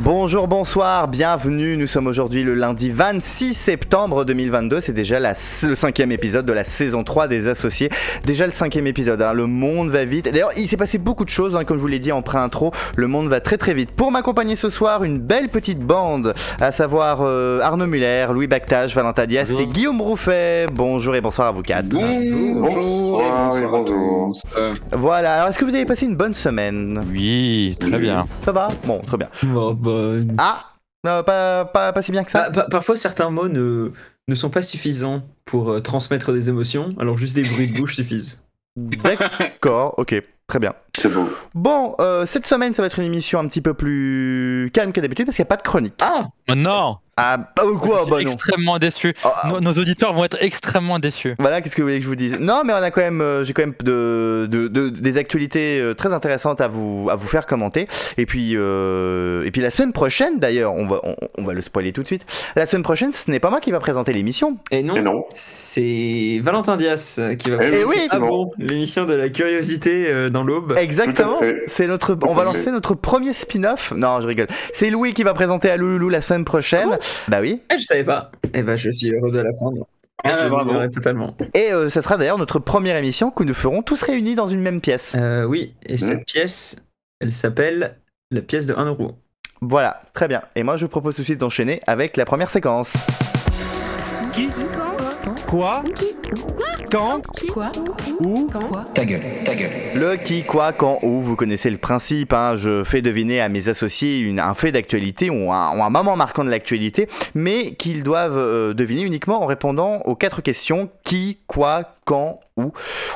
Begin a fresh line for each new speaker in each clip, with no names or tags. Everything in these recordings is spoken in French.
Bonjour, bonsoir, bienvenue. Nous sommes aujourd'hui le lundi 26 septembre 2022. C'est déjà la- le cinquième épisode de la saison 3 des Associés. Déjà le cinquième épisode. hein. Le monde va vite. D'ailleurs, il s'est passé beaucoup de choses, hein, comme je vous l'ai dit en pré-intro. Le monde va très très vite. Pour m'accompagner ce soir, une belle petite bande, à savoir euh, Arnaud Muller, Louis Bactage, Valentin Diaz
Bonjour.
et Guillaume Rouffet. Bonjour et bonsoir à vous quatre.
Bonsoir et bonjour.
Voilà. Alors, est-ce que vous avez passé une bonne semaine
Oui, très bien.
Ça va Bon, très bien. Ah, euh, pas, pas, pas si bien que ça.
Pa- pa- parfois, certains mots ne, ne sont pas suffisants pour euh, transmettre des émotions, alors juste des bruits de bouche suffisent.
D'accord, ok, très bien.
C'est beau.
Bon, euh, cette semaine, ça va être une émission un petit peu plus calme que d'habitude parce qu'il n'y a pas de chronique.
Ah
Oh non
Ah, bah
Je
quoi
suis
Bah non.
extrêmement déçu.
Ah,
Nos, nos auditeurs vont être extrêmement déçus.
Voilà, qu'est-ce que vous voulez que je vous dise Non, mais on a quand même, euh, j'ai quand même de, de- de- des actualités euh, très intéressantes à vous, à vous faire commenter. Et puis, euh, et puis la semaine prochaine, d'ailleurs, on va, on, on va le spoiler tout de suite. La semaine prochaine, ce n'est pas moi qui va présenter l'émission.
Et non,
Et non.
c'est Valentin Dias euh, qui va
oui,
Eh
Ah
effectivement.
bon, l'émission de la curiosité euh, dans l'aube.
Exactement.
Tout à fait.
C'est notre,
à
on va
fait.
lancer notre premier spin-off. Non, je rigole. C'est Louis qui va présenter à Loulou la semaine prochaine.
Oh.
bah oui.
Ah, je savais pas. Euh, Eh ben, je suis heureux de l'apprendre.
Ah,
je
bravo.
l'ignorais totalement.
Et euh, ça sera d'ailleurs notre première émission que nous ferons tous réunis dans une même pièce.
Euh, oui, et cette pièce, elle s'appelle la pièce de 1 euro.
Voilà, très bien. Et moi, je propose tout de suite d'enchaîner avec la première séquence.
Qui
Quoi Quand
Quoi
Où
Quand
Le qui, quoi, quand, où, vous connaissez le principe. hein. Je fais deviner à mes associés une- un fait d'actualité ou un, ou un moment marquant de l'actualité, mais qu'ils doivent euh, deviner uniquement en répondant aux quatre questions qui, quoi, quand, où.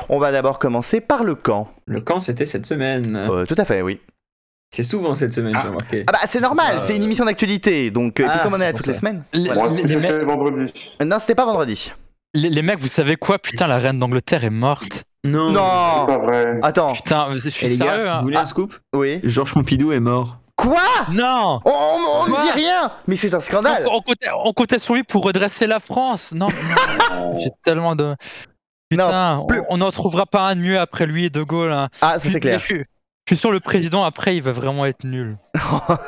On va d'abord commencer par le quand.
Le camp, c'était cette semaine.
Euh, tout à fait, oui.
C'est souvent cette semaine,
Ah.
j'ai remarqué.
Ah bah c'est normal, c'est une émission d'actualité, donc euh, et puis
Ah,
comme on est
c'est
là
pour
toutes
ça.
les semaines.
les,
Moi,
les-
est-ce que
les mecs,
c'était vendredi
Euh, Non, c'était pas vendredi.
les- les mecs, vous savez quoi Putain, la reine d'Angleterre est morte.
Non.
C'est
Non.
pas vrai.
Attends,
Putain, je
Eh,
suis
les gars,
sérieux. hein.
vous voulez un scoop
oui.
Georges Pompidou est mort.
Quoi
Non
On, on, on ne
Quoi
dit rien Mais c'est un scandale
on, on comptait, on comptait sur lui pour redresser la France. Non, non, j'ai tellement de. Putain, on-
plus.
on n'en trouvera pas un de mieux après lui et De Gaulle. hein.
Ah, ça
Je-
c'est clair.
Je, suis- je suis sûr, le président après, il va vraiment être nul.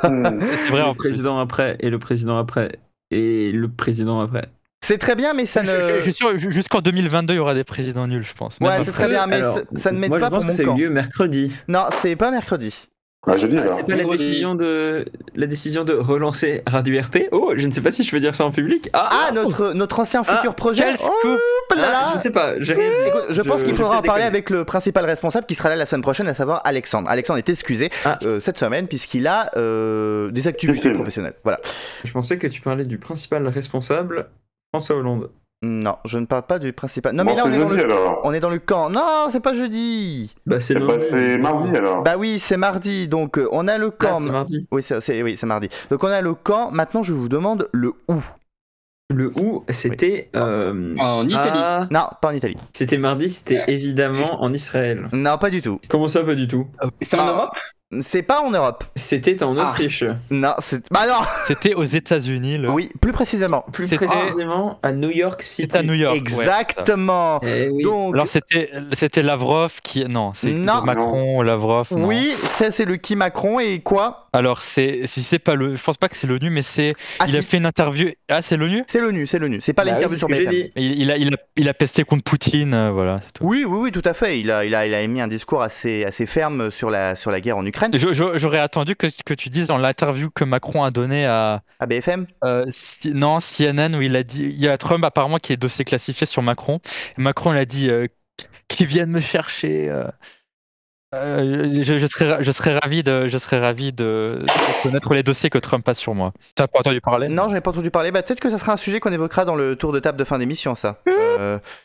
Hmm.
C'est vrai,
le
en plus.
président après, et le président après, et le président après.
C'est très bien, mais ça ne.
Je- je- je suis sûr, ju- jusqu'en 2022, il y aura des présidents nuls, je pense. Même
Ouais,
après.
c'est très bien, mais
Alors,
ça- ça ne m'aide
moi,
pas
je pense
pour
que
mon
ça a
camp.
eu lieu mercredi.
Non, c'est pas mercredi.
Bah, je dis,
Ah,
là.
c'est pas la décision de la décision de relancer Radio RP. Oh, je ne sais pas si je peux dire ça en public. Ah,
Ah, notre, notre ancien
Ah,
futur projet.
Quel
Oh
scoop
là là.
Ah, je ne sais pas. J'ai rien dit.
Écoute, je, pense
Je-
qu'il
je
faudra
vais
en parler
déconner.
avec le principal responsable qui sera là la semaine prochaine, à savoir Alexandre. Alexandre est excusé
Ah.
euh, cette semaine puisqu'il a euh, des activités
Excellent.
professionnelles. Voilà.
Je pensais que tu parlais du principal responsable, François Hollande.
Non, je ne parle pas du principal. Non,
Bon,
mais là on
c'est
est, dans
jeudi
le...
alors.
on est dans le camp. Non, c'est pas jeudi.
Bah, c'est
Eh bah,
lundi.
c'est mardi alors.
Bah oui, c'est mardi, donc euh, on a le
Ah,
camp.
c'est mardi.
oui, c'est c'est- oui, c'est mardi. Donc on a le camp. Maintenant, je vous demande le où.
Le où c'était euh,
En Italie.
ah,
Non, pas en Italie.
c'était mardi, c'était évidemment en Israël.
Non, pas du tout.
Comment ça, pas du tout
C'est en
Ah.
Europe
C'est pas en Europe.
C'était en
Ah.
Autriche.
Non, c'est. Bah non
C'était aux États-Unis. le-
Oui, plus précisément.
Plus
C'était-
précisément à New York City.
C'était à New York. ouais.
Exactement.
Eh oui.
Donc,
Alors c'était c'était Lavrov qui non c'est
Non.
Macron Lavrov non.
oui, ça c'est le qui Macron et quoi
alors c'est si c'est pas le je pense pas que c'est l'ONU mais c'est
Ah,
il a
si,
fait une interview ah c'est l'ONU
C'est l'ONU, c'est l'ONU. C'est pas
Bah oui,
l'interview
c'est ce
sur
que j'ai
BFM.
dit.
il, il a, il a il a pesté contre Poutine euh, voilà c'est tout.
Oui, oui, oui, tout à fait. Il a, il a, il a émis un discours assez, assez ferme sur la, sur la guerre en Ukraine.
Je- je- j'aurais attendu que, que tu dises dans l'interview que Macron a donné à
À BFM
euh, C- non CNN où il a dit il y a Trump apparemment qui est dossier classifié sur Macron Et Macron il a dit euh, qu'ils viennent me chercher euh, euh, je, je serais ra- je serais ravi de je serais ravi de, de connaître les dossiers que Trump a sur moi t'as pas entendu parler
Non, j'en ai pas entendu parler. Bah, peut-être que ça sera un sujet qu'on évoquera dans le tour de table de fin d'émission, ça. Euh,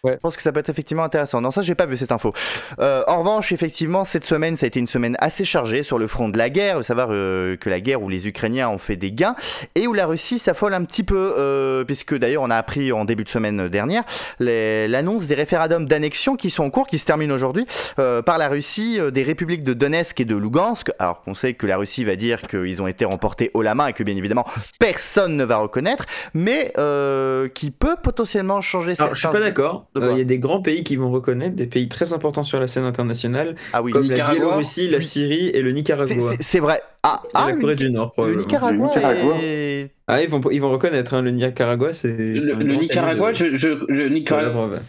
Ouais.
Je pense que ça peut être effectivement intéressant. Non, ça, j'ai pas vu cette info. Euh, en revanche, effectivement, cette semaine, ça a été une semaine assez chargée sur le front de la guerre. Il faut savoir euh, que la guerre où les Ukrainiens ont fait des gains et où la Russie s'affole un petit peu, euh, puisque d'ailleurs, on a appris en début de semaine dernière les- l'annonce des référendums d'annexion qui sont en cours, qui se terminent aujourd'hui, euh, par la Russie, euh, des républiques de Donetsk et de Lugansk, alors qu'on sait que la Russie va dire qu'ils ont été remportés haut la main et que bien évidemment personne ne va reconnaître, mais euh, qui peut potentiellement changer
Alors, je suis pas d'accord.
De
Euh, Il
quoi
y a des grands pays qui vont reconnaître, des pays très importants sur la scène internationale,
Ah oui,
comme la
Nicaragua.
Biélorussie, la Syrie et le
c'est-
Nicaragua.
c'est- c'est vrai. Ah,
Et
ah,
la
le
Corée
Nic-
du Nord, euh,
le
probablement.
Nicaragua,
Le Nicaragua.
est-
Ah, ils vont, ils vont reconnaître, hein, le Nicaragua, c'est. c'est
Le,
un
le
grand ami
Nicaragua,
de-
je, je- je-
de
Nicaragua
Lavrov.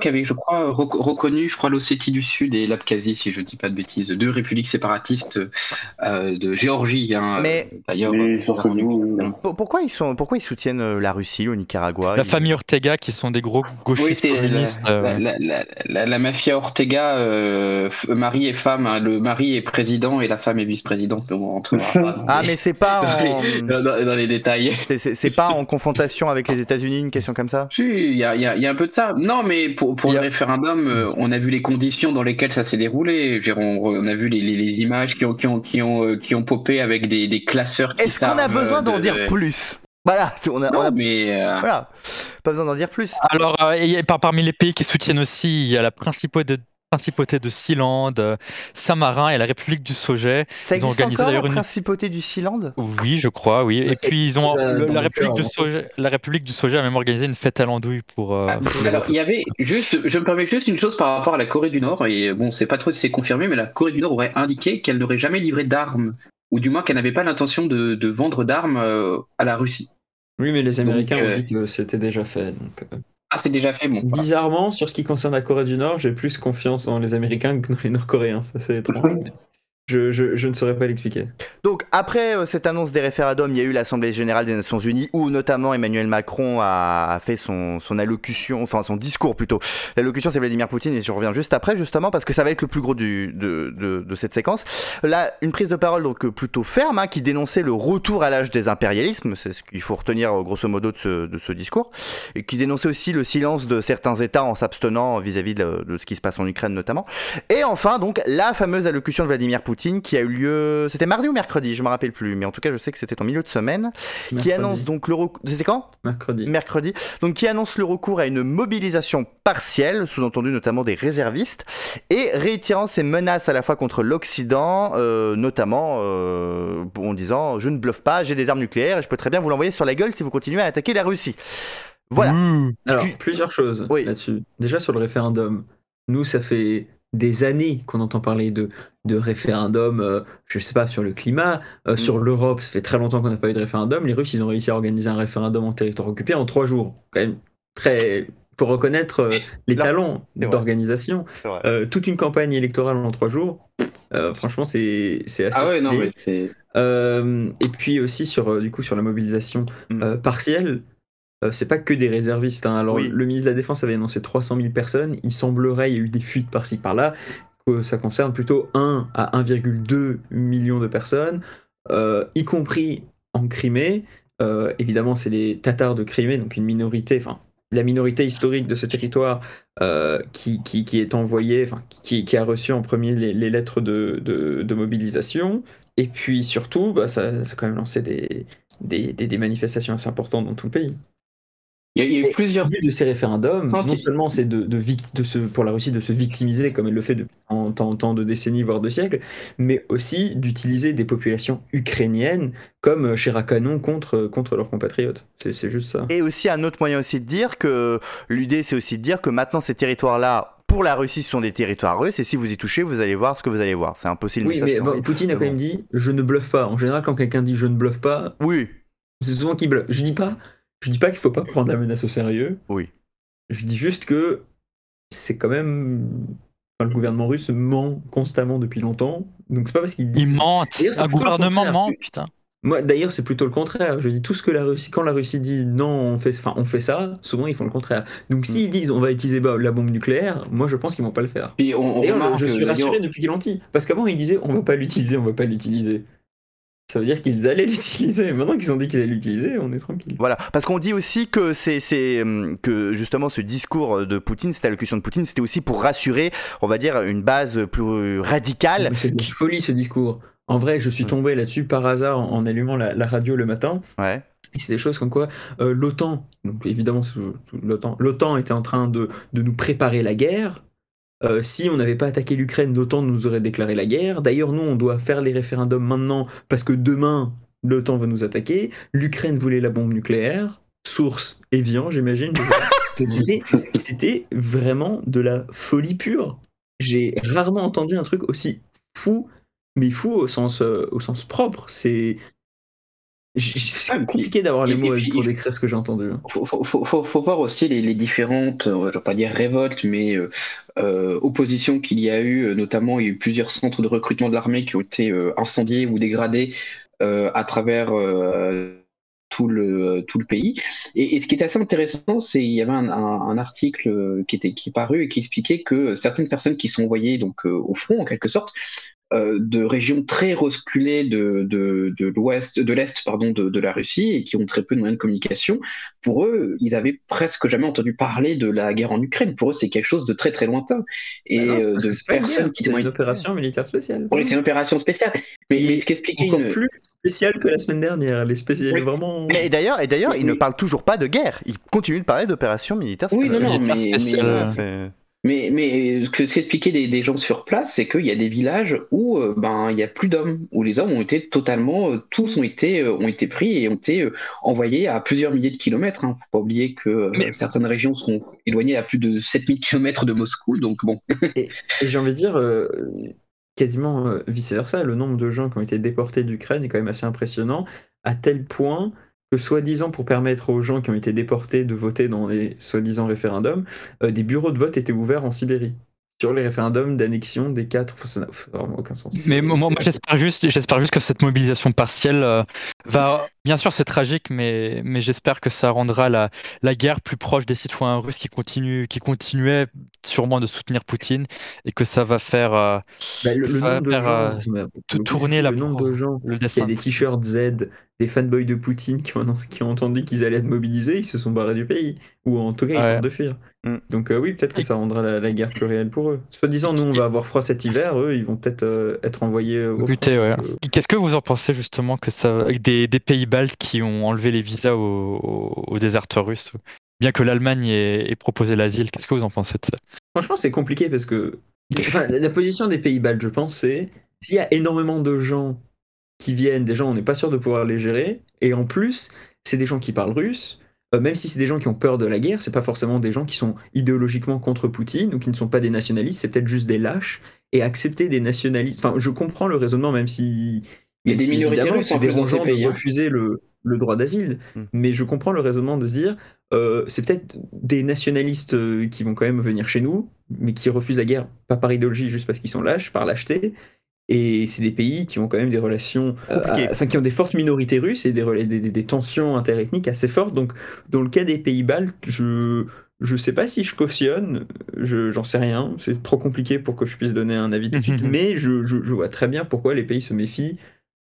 qui avait, je crois, rec- reconnu, je crois, l'Ossétie du Sud et l'Abkhazie, si je ne dis pas de bêtises, deux républiques séparatistes euh, de Géorgie, hein,
Mais-
euh, d'ailleurs.
Mais surtout nous. euh,
Pour- Pourquoi ils, sont, pourquoi ils soutiennent euh, la Russie, le Nicaragua
La
ils-
famille Ortega, qui sont des gros
Oui,
gauchistes
c'est la,
communistes. euh,
la- la- la- la- la mafia Ortega, euh, f- mari et femme. hein, le mari est président et la femme est vice-présidente. mais on rentrera pas dans
Ah,
les-
mais c'est pas, en...
dans, dans- dans les détails.
c'est- c'est- c'est pas en confrontation avec les États-Unis, une question comme ça
Si, il y a, il y a- il y a un peu de ça. Non, mais pour, pour
Il y
le
a-
référendum, euh, on a vu les conditions dans lesquelles ça s'est déroulé. Je veux dire, On, on a vu les, les- les images qui ont, qui, ont, qui, ont, euh, qui ont popé avec des, des classeurs qui
Est-ce qu'on a
servent,
besoin
euh,
d'en
de-
dire
de-
plus Voilà, on a, on a-
Non, mais. euh,
voilà, pas besoin d'en dire plus.
Alors, euh, et par, parmi les pays qui soutiennent aussi, il y a la principauté de, principauté de Sealand, euh, Saint-Marin et la République du Sauget.
Ça
Ils ont
existe
organisé
encore la
d'ailleurs une-
principauté du Sealand
Oui, je crois, oui. Et
Ouais, c'est-
puis, ils ont,
euh,
le-
dans
la,
le
République
cœur,
du
hein.
Sauget, la République du Sauget a même organisé une fête à l'andouille pour. euh,
Ah,
pour
alors, il y avait juste, je me permets juste une chose par rapport à la Corée du Nord, et bon, c'est pas trop si c'est confirmé, mais la Corée du Nord aurait indiqué qu'elle n'aurait jamais livré d'armes, ou du moins qu'elle n'avait pas l'intention de, de vendre d'armes euh, à la Russie.
Oui, mais les Américains
euh,
ont dit que c'était déjà fait. Donc, euh,
Ah, c'est déjà fait, bon. voilà.
Bizarrement, sur ce qui concerne la Corée du Nord, j'ai plus confiance en les Américains que dans les Nord-Coréens. Ça, c'est étrange. mais je, je- je ne saurais pas l'expliquer.
Donc après euh, cette annonce des référendums, il y a eu l'Assemblée générale des Nations Unies où notamment Emmanuel Macron a, a fait son, son allocution, enfin son discours plutôt. L'allocution c'est Vladimir Poutine et je reviens juste après justement parce que ça va être le plus gros du- de, de- de cette séquence. Là, une prise de parole donc euh, plutôt ferme hein, qui dénonçait le retour à l'âge des impérialismes, c'est ce qu'il faut retenir euh, grosso modo de ce, de ce discours, et qui dénonçait aussi le silence de certains États en s'abstenant vis-à-vis de la- de ce qui se passe en Ukraine notamment. Et enfin, donc, la fameuse allocution de Vladimir Poutine qui a eu lieu. C'était mardi ou mercredi, je me rappelle plus, mais en tout cas, je sais que c'était en milieu de semaine. Qui
Mercredi.
annonce donc le recours. C'était quand
Mercredi.
Mercredi. Donc, qui annonce le recours à une mobilisation partielle, sous-entendu notamment des réservistes, et réitérant ses menaces à la fois contre l'Occident, euh, notamment euh, en disant Je ne bluffe pas, j'ai des armes nucléaires et je peux très bien vous l'envoyer sur la gueule si vous continuez à attaquer la Russie. Voilà.
Ouh.
Alors,
Excuse-
plusieurs choses
Oui.
là-dessus. Déjà sur le référendum, nous, ça fait des années qu'on entend parler de, de référendum, euh, je sais pas, sur le climat, euh,
Mm.
sur l'Europe, ça fait très longtemps qu'on n'a pas eu de référendum. Les Russes, ils ont réussi à organiser un référendum en territoire occupé en trois jours. Quand même, très. Pour reconnaître euh, les
Là-
talents
C'est vrai.
d'organisation, Euh, toute une campagne électorale en trois jours, euh, franchement, c'est c'est assez.
Ah ouais, non,
stylé.
mais c'est.
Euh, et puis aussi sur euh, du coup sur la mobilisation
Mm.
euh, partielle, euh, c'est pas que des réservistes. hein. Alors
Oui.
le ministre de la Défense avait annoncé 300 000 personnes. Il semblerait il y a eu des fuites par-ci par-là que ça concerne plutôt 1 à 1,2 million de personnes, euh, y compris en Crimée. Euh, évidemment, c'est les Tatars de Crimée, donc une minorité, enfin la minorité historique de ce territoire euh, qui, qui, qui est envoyée, enfin qui, qui a reçu en premier les, les lettres de, de, de mobilisation. Et puis surtout, bah, ça, ça a quand même lancé des, des, des- des manifestations assez importantes dans tout le pays.
Il y a, il y a eu
Mais-
plusieurs.
Le but de ces référendums,
Quand
non
il-
seulement c'est de, de vic- de se- pour la Russie de se victimiser comme elle le fait depuis tant, tant- tant de décennies, voire de siècles, mais aussi d'utiliser des populations ukrainiennes comme euh, chair à canon contre, euh, contre leurs compatriotes. C'est c'est juste ça.
Et aussi un autre moyen aussi de dire que l'idée c'est aussi de dire que maintenant ces territoires-là pour la Russie ce sont des territoires russes et si vous y touchez vous allez voir ce que vous allez voir. C'est impossible.
Oui, mais bon, Poutine a quand même dit je ne bluffe pas. En général, quand quelqu'un dit je ne bluffe pas,
Oui,
C'est souvent qui bluffe. Je dis pas, je dis pas qu'il faut pas prendre la menace au sérieux.
Oui.
Je dis juste que c'est quand même. enfin, le gouvernement russe ment constamment depuis longtemps. Donc c'est pas parce qu'il dit.
Ils mentent.
D'ailleurs, c'est
Un
plutôt le
gouvernement
contraire.
ment, putain.
Moi, d'ailleurs, c'est plutôt le contraire. Je dis tout ce que la Russie. Quand la Russie dit non, on fait, enfin, on fait ça, souvent ils font le contraire. Donc
Hmm.
s'ils disent on va utiliser bah, la bombe nucléaire, moi je pense qu'ils vont pas le faire.
Puis on, on
D'ailleurs,
remarque,
je suis
euh, d'ailleurs-
rassuré depuis qu'ils l'ont dit. Parce qu'avant, ils disaient on va pas l'utiliser, on va pas l'utiliser. Ça veut dire qu'ils allaient l'utiliser. Maintenant qu'ils ont dit qu'ils allaient l'utiliser, on est tranquille.
voilà. Parce qu'on dit aussi que c'est c'est, hum, que justement ce discours de Poutine, cette allocution de Poutine, c'était aussi pour rassurer, on va dire, une base plus radicale.
Mais C'est de la folie ce discours. En vrai, je suis tombé là-dessus par hasard en, en allumant la, la radio le matin.
Ouais.
Et c'est des choses comme quoi euh, l'OTAN, donc évidemment sous- sous l'OTAN, l'OTAN était en train de, de nous préparer la guerre. euh, si on n'avait pas attaqué l'Ukraine, l'OTAN nous aurait déclaré la guerre. D'ailleurs, nous, on doit faire les référendums maintenant parce que demain, l'OTAN va nous attaquer. L'Ukraine voulait la bombe nucléaire. Source Evian, j'imagine. je sais pas. C'était- C'était vraiment de la folie pure. J'ai rarement entendu un truc aussi fou, mais fou au sens, euh, au sens propre. C'est j- j-
Ah,
c'est
mais-
compliqué d'avoir Oh, les
et-
mots
et puis-
pour décrire ce que j'ai entendu. hein.
faut, faut- faut- faut- faut voir aussi les, les différentes, euh, je vais pas dire révoltes, mais euh, euh, oppositions qu'il y a eu. euh, Notamment, il y a eu plusieurs centres de recrutement de l'armée qui ont été euh, incendiés ou dégradés euh, à travers euh, tout, le, tout le pays. Et, et ce qui était assez intéressant, c'est qu'il y avait un, un- un article euh, qui, était, qui est paru et qui expliquait que certaines personnes qui sont envoyées donc, euh, au front, en quelque sorte, euh, de régions très reculées de, de, de l'ouest, de l'est pardon, de, de la Russie et qui ont très peu de moyens de communication, pour eux, ils avaient presque jamais entendu parler de la guerre en Ukraine. Pour eux, c'est quelque chose de très très lointain. Et
Bah non, c'est
euh,
parce que
de
c'est pas une guerre,
personnes qui
c'est
témoignent.
une opération militaire spéciale.
Oui, c'est une opération spéciale. Mais,
Qui
mais ce qu'expliquait
Encore
une-
plus spéciale que la semaine dernière. Les spéciales,
Oui.
vraiment.
Mais- Et d'ailleurs, et d'ailleurs,
Oui,
il ne
oui.
parle toujours pas de guerre. Il continue de parler d'opération militaire.
Oui, non, non,
Militaire, euh,
mais-
spécial.
c'est-
Mais, mais euh, ce que s'expliquaient des, des gens sur place, c'est qu'il y a des villages où euh, ben il y a plus d'hommes, où les hommes ont été totalement, euh, tous ont été euh, ont été pris et ont été euh, envoyés à plusieurs milliers de kilomètres. Hein. Faut pas oublier que euh,
Mais-
certaines régions sont éloignées à plus de 7000 kilomètres de Moscou, donc bon.
Et j'ai envie de dire, euh, quasiment euh, vice-versa, le nombre de gens qui ont été déportés d'Ukraine est quand même assez impressionnant, à tel point que, soi-disant, pour permettre aux gens qui ont été déportés de voter dans les soi-disant référendums, euh, des bureaux de vote étaient ouverts en Sibérie. Sur les référendums d'annexion des quatre. Enfin, ça n'a vraiment aucun sens.
Mais
C'est-
moi, moi,
c'est-
j'espère juste, j'espère juste que cette mobilisation partielle euh, va. Bien sûr, c'est tragique, mais, mais j'espère que ça rendra la, la guerre plus proche des citoyens russes qui continuent, qui continuaient sûrement de soutenir Poutine et que ça va faire euh,
Bah, le, le
ça va
nombre de
faire,
gens,
euh,
le
tout
coup,
tourner la
le nombre de
pro-
gens
le
Il y
destin.
a des t-shirts Z, des fanboys de Poutine qui ont, annoncé- qui ont entendu qu'ils allaient être mobilisés, ils se sont barrés du pays. Ou en tout cas, ils
Ouais.
tentent de fuir.
Mm.
Donc euh, oui, peut-être que ça rendra la, la guerre plus réelle pour eux. Soit disant, nous, on va avoir froid cet hiver, eux, ils vont peut-être euh, être envoyés euh, au
Buté,
front.
ouais.
Euh,
Qu'est-ce que vous en pensez justement que ça, des, des pays baltes qui ont enlevé les visas aux, aux- aux déserteurs russes, ou bien que l'Allemagne ait, ait proposé l'asile Qu'est-ce que vous en pensez de ça
Franchement, c'est compliqué parce que... Enfin, la la position des pays baltes, je pense, c'est s'il y a énormément de gens qui viennent, des gens, on n'est pas sûr de pouvoir les gérer, et en plus, c'est des gens qui parlent russe, euh, même si c'est des gens qui ont peur de la guerre, c'est pas forcément des gens qui sont idéologiquement contre Poutine ou qui ne sont pas des nationalistes, c'est peut-être juste des lâches, et accepter des nationalistes... Enfin, je comprends le raisonnement, même si...
Il y
même
a des
si,
minorités
évidemment,
russes,
c'est
en plus, dans ces
dérangeant
pays,
de
hein.
refuser le, le droit d'asile,
Mm.
mais je comprends le raisonnement de se dire, euh, c'est peut-être des nationalistes euh, qui vont quand même venir chez nous, mais qui refusent la guerre, pas par idéologie, juste parce qu'ils sont lâches, par lâcheté. Et c'est des pays qui ont quand même des relations, euh,
Compliqué.
à- enfin qui ont des fortes minorités russes et des, rela- des, des- des tensions interethniques assez fortes. Donc dans le cas des pays baltes, je je sais pas si je cautionne, je- j'en sais rien, c'est trop compliqué pour que je puisse donner un avis tout de suite, mais je, je- je vois très bien pourquoi les pays se méfient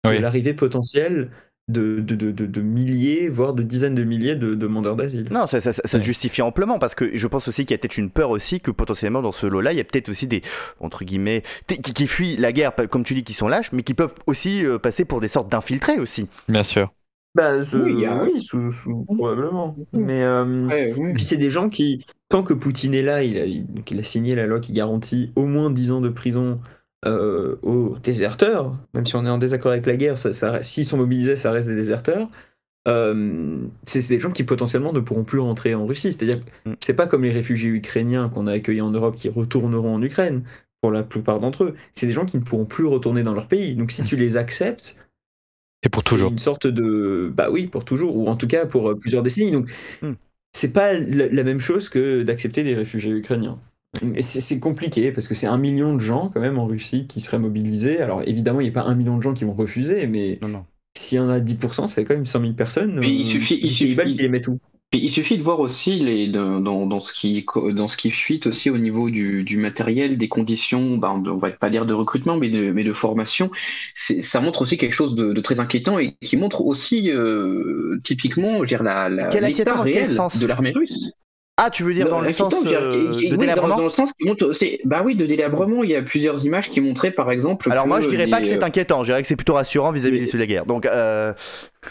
Oui.
de l'arrivée potentielle de, de, de- de- de milliers, voire de dizaines de milliers de demandeurs d'asile.
Non, ça, ça- ça- ça se
Ouais.
justifie amplement parce que je pense aussi qu'il y a peut-être une peur aussi que potentiellement dans ce lot-là, il y a peut-être aussi des entre guillemets t- qui, qui fuient la guerre, pas- comme tu dis, qui sont lâches, mais qui peuvent aussi euh, passer pour des sortes d'infiltrés aussi.
Bien sûr.
Bah,
je- Oui, il y a-
probablement. Mais euh,
Ouais, ouais.
puis c'est des gens qui, tant que Poutine est là, il a, il- donc il a signé la loi qui garantit au moins 10 ans de prison euh, aux déserteurs, même si on est en désaccord avec la guerre, ça, ça- s'ils sont mobilisés, ça reste des déserteurs. Euh, c'est c'est des gens qui potentiellement ne pourront plus rentrer en Russie. C'est-à-dire que
Mm.
c'est pas comme les réfugiés ukrainiens qu'on a accueillis en Europe qui retourneront en Ukraine, pour la plupart d'entre eux. C'est des gens qui ne pourront plus retourner dans leur pays. Donc si tu les acceptes,
Et pour
c'est
toujours.
Une sorte de bah oui pour toujours ou en tout cas pour euh, plusieurs décennies. Donc
Hmm.
c'est pas la, la même chose que d'accepter des réfugiés ukrainiens. Et C'est c'est compliqué parce que c'est un million de gens quand même en Russie qui seraient mobilisés. Alors évidemment il n'y a pas un million de gens qui vont refuser, mais
Non, non.
s'il y en a 10%, ça fait quand même 100 000 personnes. euh,
Mais il suffit- il
les
suffit-
Pays-Baltes, ils les mettent où
Puis il suffit de voir aussi les, dans, dans- dans ce qui, co- dans ce qui fuite aussi au niveau du, du matériel, des conditions, ben, de- on va pas dire de recrutement, mais de, mais de formation. C'est- Ça montre aussi quelque chose de, de très inquiétant et qui montre aussi euh, typiquement je veux dire, la, la,
Quel inquiétant, dans
l'état
quel
réel
sens
de l'armée russe.
Ah, tu veux dire dans
Non,
le
inquiétant,
sens
je veux dire,
euh,
qui- qui-
de
oui,
délabrement
dans, dans le sens qui montre, c'est- bah oui, de délabrement. Il y a plusieurs images qui montraient par exemple.
Alors
que
moi, je dirais pas
les-
euh,
que c'est inquiétant. Je dirais que c'est plutôt rassurant vis-à-vis des
les-
ceux de la guerre. Donc euh,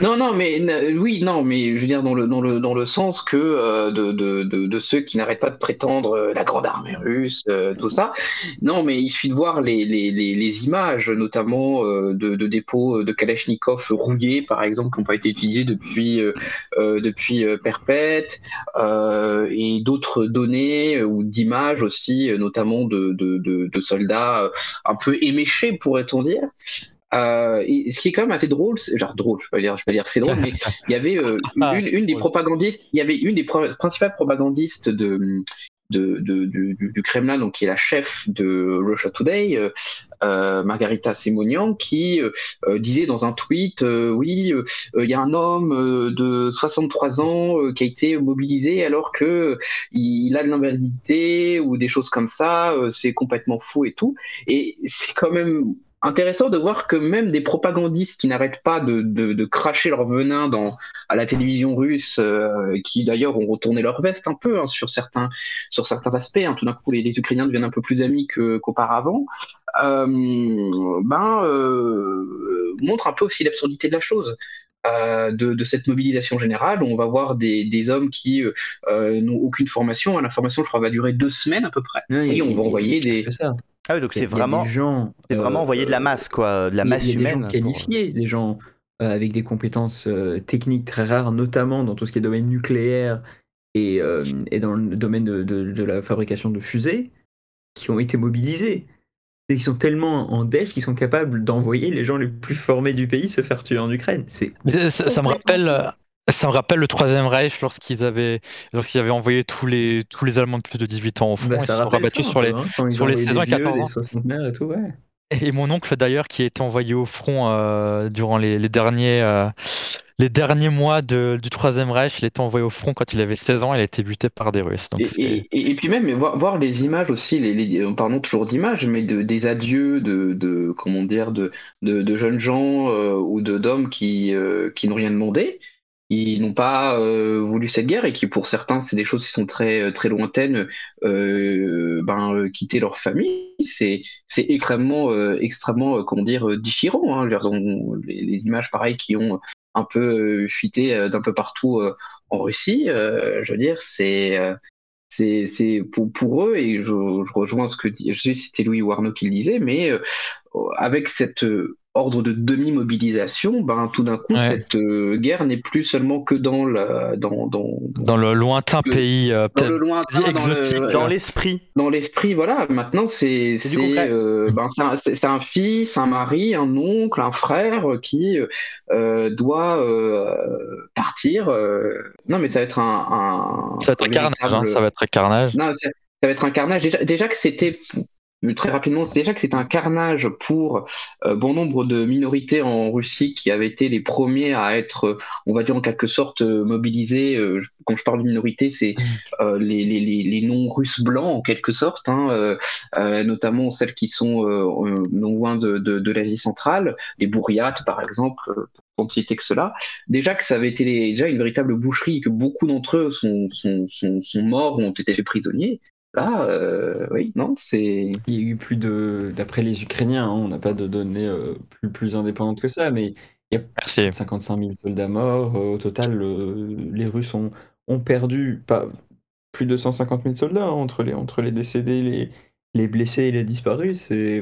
Non, non, mais n- oui, non, mais je veux dire dans le dans le dans le sens que euh, de, de, de, de ceux qui n'arrêtent pas de prétendre euh, la grande armée russe, euh, tout ça. Non, mais il suffit de voir les les, les, les images, notamment euh, de, de dépôts de Kalachnikov rouillés, par exemple, qui n'ont pas été utilisés depuis euh, euh, depuis euh, Perpète, euh, et d'autres données euh, ou d'images aussi, euh, notamment de de, de, de soldats euh, un peu éméchés, pourrait-on dire. Euh, et ce qui est quand même assez drôle, c'est- genre drôle, je peux pas dire, je peux pas dire que c'est drôle, mais il y avait euh, une, une des
Drôle.
propagandistes, il y avait une des pro- principales propagandistes de, de, de- du, du- du Kremlin, donc qui est la chef de Russia Today, euh, euh, Margarita Simonian, qui euh, euh, disait dans un tweet, euh, oui, euh, il y a un homme euh, de 63 ans euh, qui a été mobilisé alors que euh, il, il a de l'invalidité ou des choses comme ça, euh, c'est complètement fou et tout. Et c'est quand même intéressant de voir que même des propagandistes qui n'arrêtent pas de, de, de cracher leur venin dans, à la télévision russe, euh, qui d'ailleurs ont retourné leur veste un peu hein, sur, certains, sur certains aspects, hein. tout d'un coup les, les Ukrainiens deviennent un peu plus amis que- qu'auparavant, euh, ben, euh, montre un peu aussi l'absurdité de la chose. euh, de, de cette mobilisation générale, où on va voir des, des hommes qui euh, euh, n'ont aucune formation. hein. La formation, je crois, va durer deux semaines à peu près. Et on va envoyer des,
C'est ça.
Ah oui, donc
Il y a-
c'est
il y a
vraiment,
des gens.
c'est vraiment
euh,
envoyer de la masse, quoi, de la
il y a-
masse
il y a
humaine. pour-
Des gens qualifiés, des gens euh, avec des compétences euh, techniques très rares, notamment dans tout ce qui est domaine nucléaire et, euh, et dans le domaine de, de- de la fabrication de fusées, qui ont été mobilisés. Et qui sont tellement en dèche qu'ils sont capables d'envoyer les gens les plus formés du pays se faire tuer en Ukraine. C'est
Mais Ça, ça me rappelle, euh, ça me rappelle le Troisième Reich lorsqu'ils avaient, lorsqu'ils avaient envoyé tous les, tous les Allemands de plus de 18 ans au front.
Bah,
ils se
ça
sont
rappelle
rabattus
ça, un
sur
peu,
les.
hein, quand ils
sur les
envoyaient
16 ans et
des vieux,
14 ans.
des soixantenaires et tout, ouais.
Et mon oncle d'ailleurs qui a été envoyé au front euh, durant les, les derniers, euh, les derniers mois de- du Troisième Reich, il a été envoyé au front quand il avait 16 ans. Il a été buté par des Russes. Donc
Et,
c'est-
et- et- et puis même mais voir, voir les images aussi, les, les, pardon toujours d'images, mais de, des adieux de, de comment dire de, de, de jeunes gens euh, ou de d'hommes qui euh, qui n'ont rien demandé, qui n'ont pas euh, voulu cette guerre et qui pour certains c'est des choses qui sont très très lointaines, euh, ben euh, quitter leur famille, c'est c'est extrêmement euh, extrêmement euh, comment dire euh, déchirant. Hein, Je veux dire, on- les, les images pareilles qui ont un peu euh, fuité euh, d'un peu partout euh, en Russie, euh, je veux dire c'est euh, c'est c'est pour, pour eux et je, je rejoins ce que dit, je sais si c'était Louis Warnock qui le disait mais euh, avec cet euh, ordre de demi mobilisation ben tout d'un coup
Ouais.
cette euh, guerre n'est plus seulement que dans la, dans dans,
dans le lointain
Que-
pays, euh,
dans
peut-être
le lointain dans le-
exotique, hein.
voilà
Dans l'esprit.
dans l'esprit, voilà, maintenant c'est
C'est du
c'est,
concret.
euh, ben, c'est un, c'est- c'est un fils, un mari, un oncle, un frère euh, qui euh, doit euh, partir. euh. Non, mais ça va être un, un-
ça va être un carnage. hein,
véritable-
ça va être un carnage.
non, ça, ça va être un carnage. Déjà, déjà que c'était très rapidement, c'est déjà que c'était un carnage pour euh, bon nombre de minorités en Russie qui avaient été les premiers à être, euh, on va dire en quelque sorte, euh, mobilisés. Euh, je- Quand je parle de minorité, c'est euh, les, les, les, les non-russes blancs en quelque sorte, hein, euh, euh, notamment celles qui sont euh, euh, non loin de, de, de l'Asie centrale, les bourriates par exemple, euh, pour ne citer que cela déjà que ça avait été les- déjà une véritable boucherie, que beaucoup d'entre eux sont, sont, sont, sont morts ou ont été faits prisonniers. Là, euh, oui, non, c'est.
Il y a eu plus de. D'après les Ukrainiens, hein, on n'a pas de données euh, plus, plus indépendantes que ça, mais
Merci.
55 000 soldats morts. euh, au total, euh, les Russes ont, ont perdu pas, plus de 150 000 soldats hein, entre, les, entre les décédés, les, les blessés et les disparus. C'est.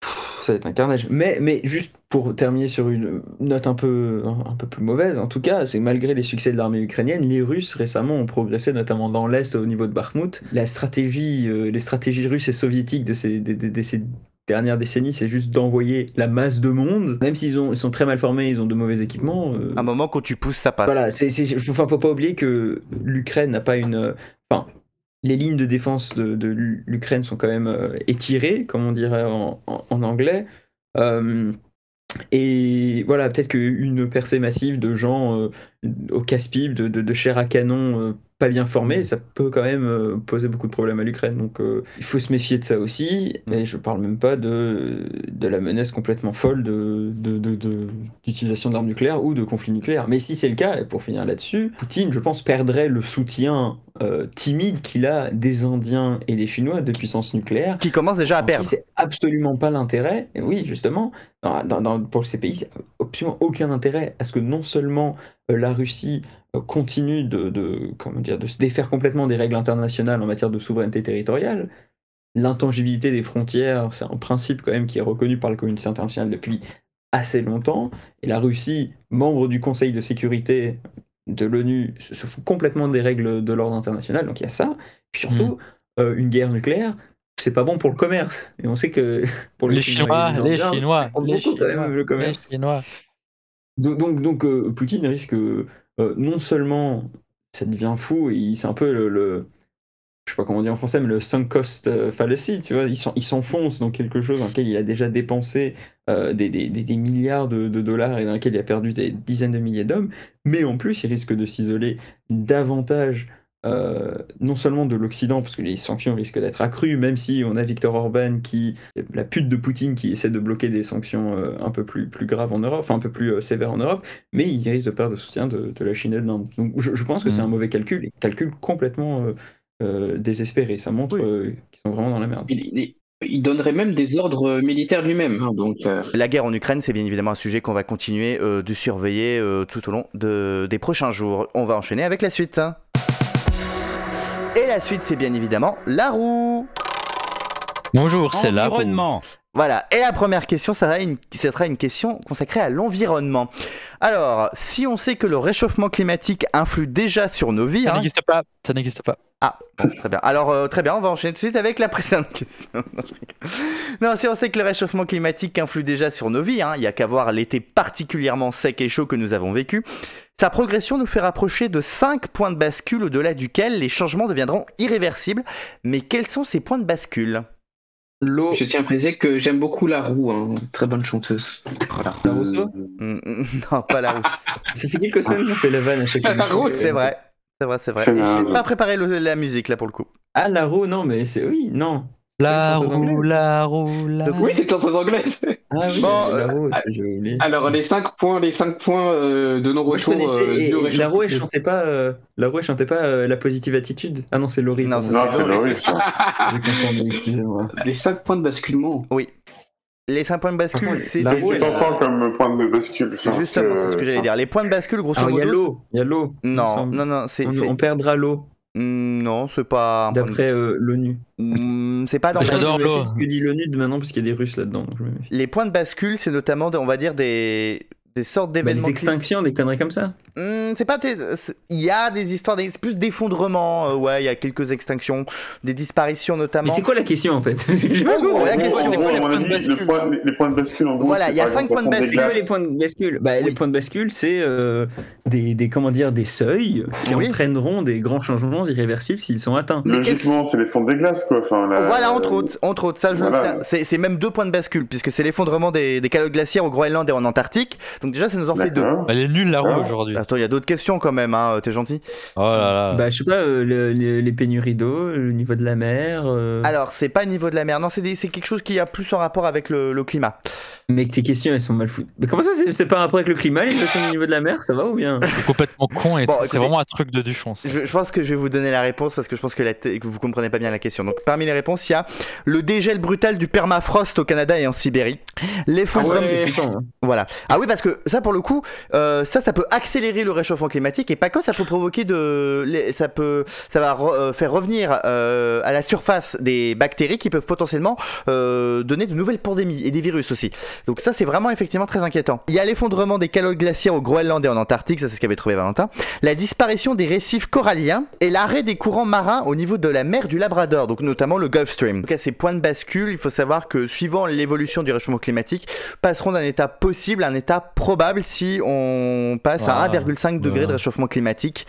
pff, Ça va être un carnage. Mais, mais juste pour terminer sur une note un peu, un peu plus mauvaise, en tout cas, c'est que malgré les succès de l'armée ukrainienne, les Russes récemment ont progressé, notamment dans l'Est au niveau de Bakhmut. La stratégie, euh, les stratégies russes et soviétiques de ces, des- des- des- ces dernières décennies, c'est juste d'envoyer la masse de monde. Même s'ils ont- ils sont très mal formés, ils ont de mauvais équipements. euh,
Un moment quand tu pousses, ça passe.
voilà, c'est, c'est- faut, enfin, faut pas oublier que l'Ukraine n'a pas une. euh, Enfin, les lignes de défense de, de l'Ukraine sont quand même euh, étirées, comme on dirait en, en- en anglais. Euh, et voilà, peut-être qu'une percée massive de gens euh, au casse-pipe, de, de, de chair à canon euh, pas bien formés, ça peut quand même euh, poser beaucoup de problèmes à l'Ukraine. Donc euh, il faut se méfier de ça aussi. Et je parle même pas de, de la menace complètement folle de, de, de- de- d'utilisation d'armes nucléaires ou de conflits nucléaires. Mais si c'est le cas, et pour finir là-dessus, Poutine, je pense, perdrait le soutien euh, timide qu'il a des Indiens et des Chinois de puissance nucléaire
Qui commence déjà à
alors qu'il
perdre.
sait absolument pas l'intérêt, et oui, justement, dans- dans- dans- pour ces pays, absolument aucun intérêt à ce que non seulement euh, la Russie euh, continue de, de- comment dire, de se défaire complètement des règles internationales en matière de souveraineté territoriale, l'intangibilité des frontières, c'est un principe quand même qui est reconnu par la communauté internationale depuis assez longtemps, et la Russie, membre du Conseil de sécurité de l'ONU, se se fout complètement des règles de l'ordre international, donc il y a ça, puis surtout, euh, une guerre nucléaire, c'est pas bon pour le commerce, et on sait que pour
Les
Chinois,
Chinois,
et
les
Indiens,
Chinois,
prend
les
beaucoup quand même,
Chinois,
le
les
commerce.
Chinois.
Donc, donc, donc, euh, Poutine risque euh, euh, non seulement ça devient fou, il- c'est un peu le, le- je sais pas comment on dit en français, mais le sunk cost euh, fallacy, tu vois, il s'en- il s'enfonce dans quelque chose dans lequel il a déjà dépensé euh, des, des- des- des milliards de, de dollars et dans lequel il a perdu des dizaines de milliers d'hommes, mais en plus il risque de s'isoler davantage. euh, non seulement de l'Occident, parce que les sanctions risquent d'être accrues, même si on a Viktor Orban qui la pute de Poutine qui essaie de bloquer des sanctions euh, un peu plus, plus graves en Europe, enfin un peu plus euh, sévères en Europe, mais il risque de perdre le soutien de, de la Chine et de l'Inde. Donc je, je pense que c'est
Mhm.
un mauvais calcul, et calcul complètement euh, euh, désespéré. Ça montre euh, qu'ils sont vraiment dans la merde.
Il, il- il donnerait même des ordres militaires lui-même. hein, donc, euh,
La guerre en Ukraine, c'est bien évidemment un sujet qu'on va continuer euh, de surveiller euh, tout au long de- des prochains jours. On va enchaîner avec la suite. hein. Et la suite, c'est bien évidemment la roue.
Bonjour, c'est là.
Environnement.
Voilà. Et la première question, ça sera une, ça sera une question consacrée à l'environnement. Alors, si on sait que le réchauffement climatique influe déjà sur nos vies,
Ça
hein,
n'existe pas. Ça n'existe pas.
Très bien. Alors, euh, très bien, on va enchaîner tout de suite avec la précédente question. Non, je rigole. non, si on sait que le réchauffement climatique influe déjà sur nos vies, hein, il n'y a qu'à voir l'été particulièrement sec et chaud que nous avons vécu, sa progression nous fait rapprocher de 5 points de bascule au-delà duquel les changements deviendront irréversibles. Mais quels sont ces points de bascule
L'eau,
Oh. je tiens à préciser que j'aime beaucoup la roue, hein, très bonne chanteuse. Voilà.
la Rousseau,
Hum, hum, Non, pas la rousse.
ça fait quelques semaines qu'on fait la vanne à chaque
La
émission.
roue,
C'est vrai. C'est vrai, c'est vrai.
C'est
Et
naze.
J'ai pas préparé le- la musique là pour le coup.
Ah, la roue, non, mais c'est oui, non.
La
chanteuse
roue,
anglaise.
la roue,
Euh.
la.
Oui, c'est une chanteuse anglaise.
Ah oui,
Bon,
la
euh,
roue, c'est- j'ai oublié.
Alors, les 5 points, les cinq points euh, de
Moi, je
non-retour.
connaissais,
euh,
et-
dû au
et la roue, elle
réchauffement
chantait pas, euh, la roue, elle chantait pas euh, la positive attitude. Ah non, c'est Laurie.
Non,
pardon. Ah,
ça,
Non, c'est Laurie, ça.
J'ai confondu, excusez-moi.
climatique. Les 5 points de basculement.
Les 5 points de bascule,
contre,
c'est
la
Qu'est-ce
roue,
que
elle
t'entends comme point de bascule
c'est
enfin,
justement c'est ce que j'allais
ça-
dire. Les points de bascule, grosso
Alors, Ah, il y a
modo.
l'eau, il y a l'eau. il me
Non,
semble.
non, non, c'est.
On,
c'est-
on perdra l'eau,
Mm, Non, c'est pas. un point de-
d'après euh, l'ONU.
Mm, C'est pas dans.
Parce que- J'adore
Je me méfie
l'eau.
de ce que dit l'ONU de maintenant, parce qu'il y a des Russes là-dedans. donc je me méfie.
Les points de bascule, c'est notamment, de- on va dire, des, des sortes
Bah,
d'événements.
les extinctions, des conneries comme ça.
qui- Mm, c'est pas. des- c'est- Il y a des histoires, des- c'est plus d'effondrement. euh, ouais, il y a quelques extinctions, des disparitions
Mais
notamment.
c'est quoi la question en fait J'ai
En
pas
gros,
compris.
la
En gros,
question,
en
c'est
gros,
quoi les
à mon
points de
avis,
bascule
les points- les points de bascule, en gros,
Voilà,
c'est
il y a
par
cinq
exemple,
points de
la fonte des
bascule.
C'est quoi les
glaces.
points de bascule Bah, Les
Oui.
points de bascule, c'est euh, des, des- comment dire, des seuils qui
Oui.
entraîneront des grands changements irréversibles s'ils sont atteints.
Mais qu'est-ce-
Logiquement, c'est les fonds des glaces, quoi. Enfin, la-
Voilà, entre autres, entre autres, ça, je
voilà.
ça, c'est c'est même deux points de bascule, puisque c'est l'effondrement des, des calottes glaciaires au Groenland et en Antarctique. Donc déjà, ça nous en fait deux.
D'accord.
Elle est nulle la roue
Ah.
aujourd'hui.
Attends, il y a d'autres questions quand même, hein, euh, t'es gentil.
Oh là
Ah.
là.
Bah, je sais pas, euh, le- le- les pénuries d'eau, le niveau de la mer. euh,
Alors, c'est pas niveau de la mer, non, c'est des- c'est quelque chose qui a plus en rapport avec le, le climat.
Mais que tes questions, elles sont mal foutues. Mais comment ça, c'est- c'est pas un rapport avec le climat, les questions du niveau de la mer, ça va ou bien
C'est complètement con et
Bon,
tout.
écoutez-
C'est vraiment un truc de Duchamp. ça.
Je, je pense que je vais vous donner la réponse parce que je pense que, la te- que vous comprenez pas bien la question. Donc parmi les réponses, il y a le dégel brutal du permafrost au Canada et en Sibérie. L'effondrement.
ouais.
C'est flippant, hein.
Voilà. Ah oui, parce que ça, pour le coup, euh, ça, ça peut accélérer le réchauffement climatique et pas que ça peut provoquer de, les- ça peut, ça va re- euh, faire revenir euh, à la surface des bactéries qui peuvent potentiellement euh, donner de nouvelles pandémies et des virus aussi. Donc ça, c'est vraiment effectivement très inquiétant. Il y a l'effondrement des calottes glaciaires au Groenland et en Antarctique, ça c'est ce qu'avait trouvé Valentin. La disparition des récifs coralliens et l'arrêt des courants marins au niveau de la mer du Labrador, donc notamment le Gulf Stream. Donc à ces points de bascule, il faut savoir que suivant l'évolution du réchauffement climatique, passeront d'un état possible à un état probable si on passe à
Ah,
1,5 degré de
voilà.
réchauffement climatique.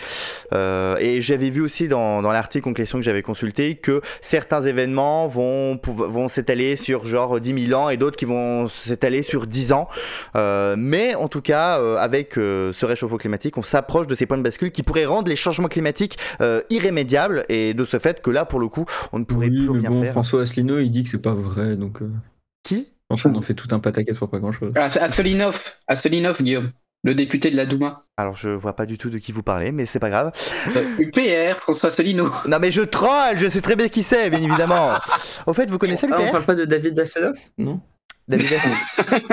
Euh, et j'avais vu aussi dans, dans l'article en question que j'avais consulté que certains événements vont, pouv- vont s'étaler sur genre 10 000 ans et d'autres qui vont s'étaler sur 10 ans. Euh, mais en tout cas, euh, avec euh, ce réchauffement climatique, on s'approche de ces points de bascule qui pourraient rendre les changements climatiques euh, irrémédiables et de ce fait que là, pour le coup, on ne pourrait
Oui,
plus
mais
rien
bon,
faire.
François Asselineau, il dit que c'est pas vrai, donc. euh,
Qui
En fait, on en fait tout un pataquès pour pas grand chose.
Ah, c'est Asselinov, Asselinov, Guillaume, le député de la Douma.
Alors, je vois pas du tout de qui vous parlez, mais c'est pas grave.
Euh, UPR, François Asselineau.
Non mais je troll, je sais très bien qui c'est, bien évidemment. Au fait, vous connaissez
Ah, on
l'UPR
parle pas de David Dassadov Non
David Hasselhoff.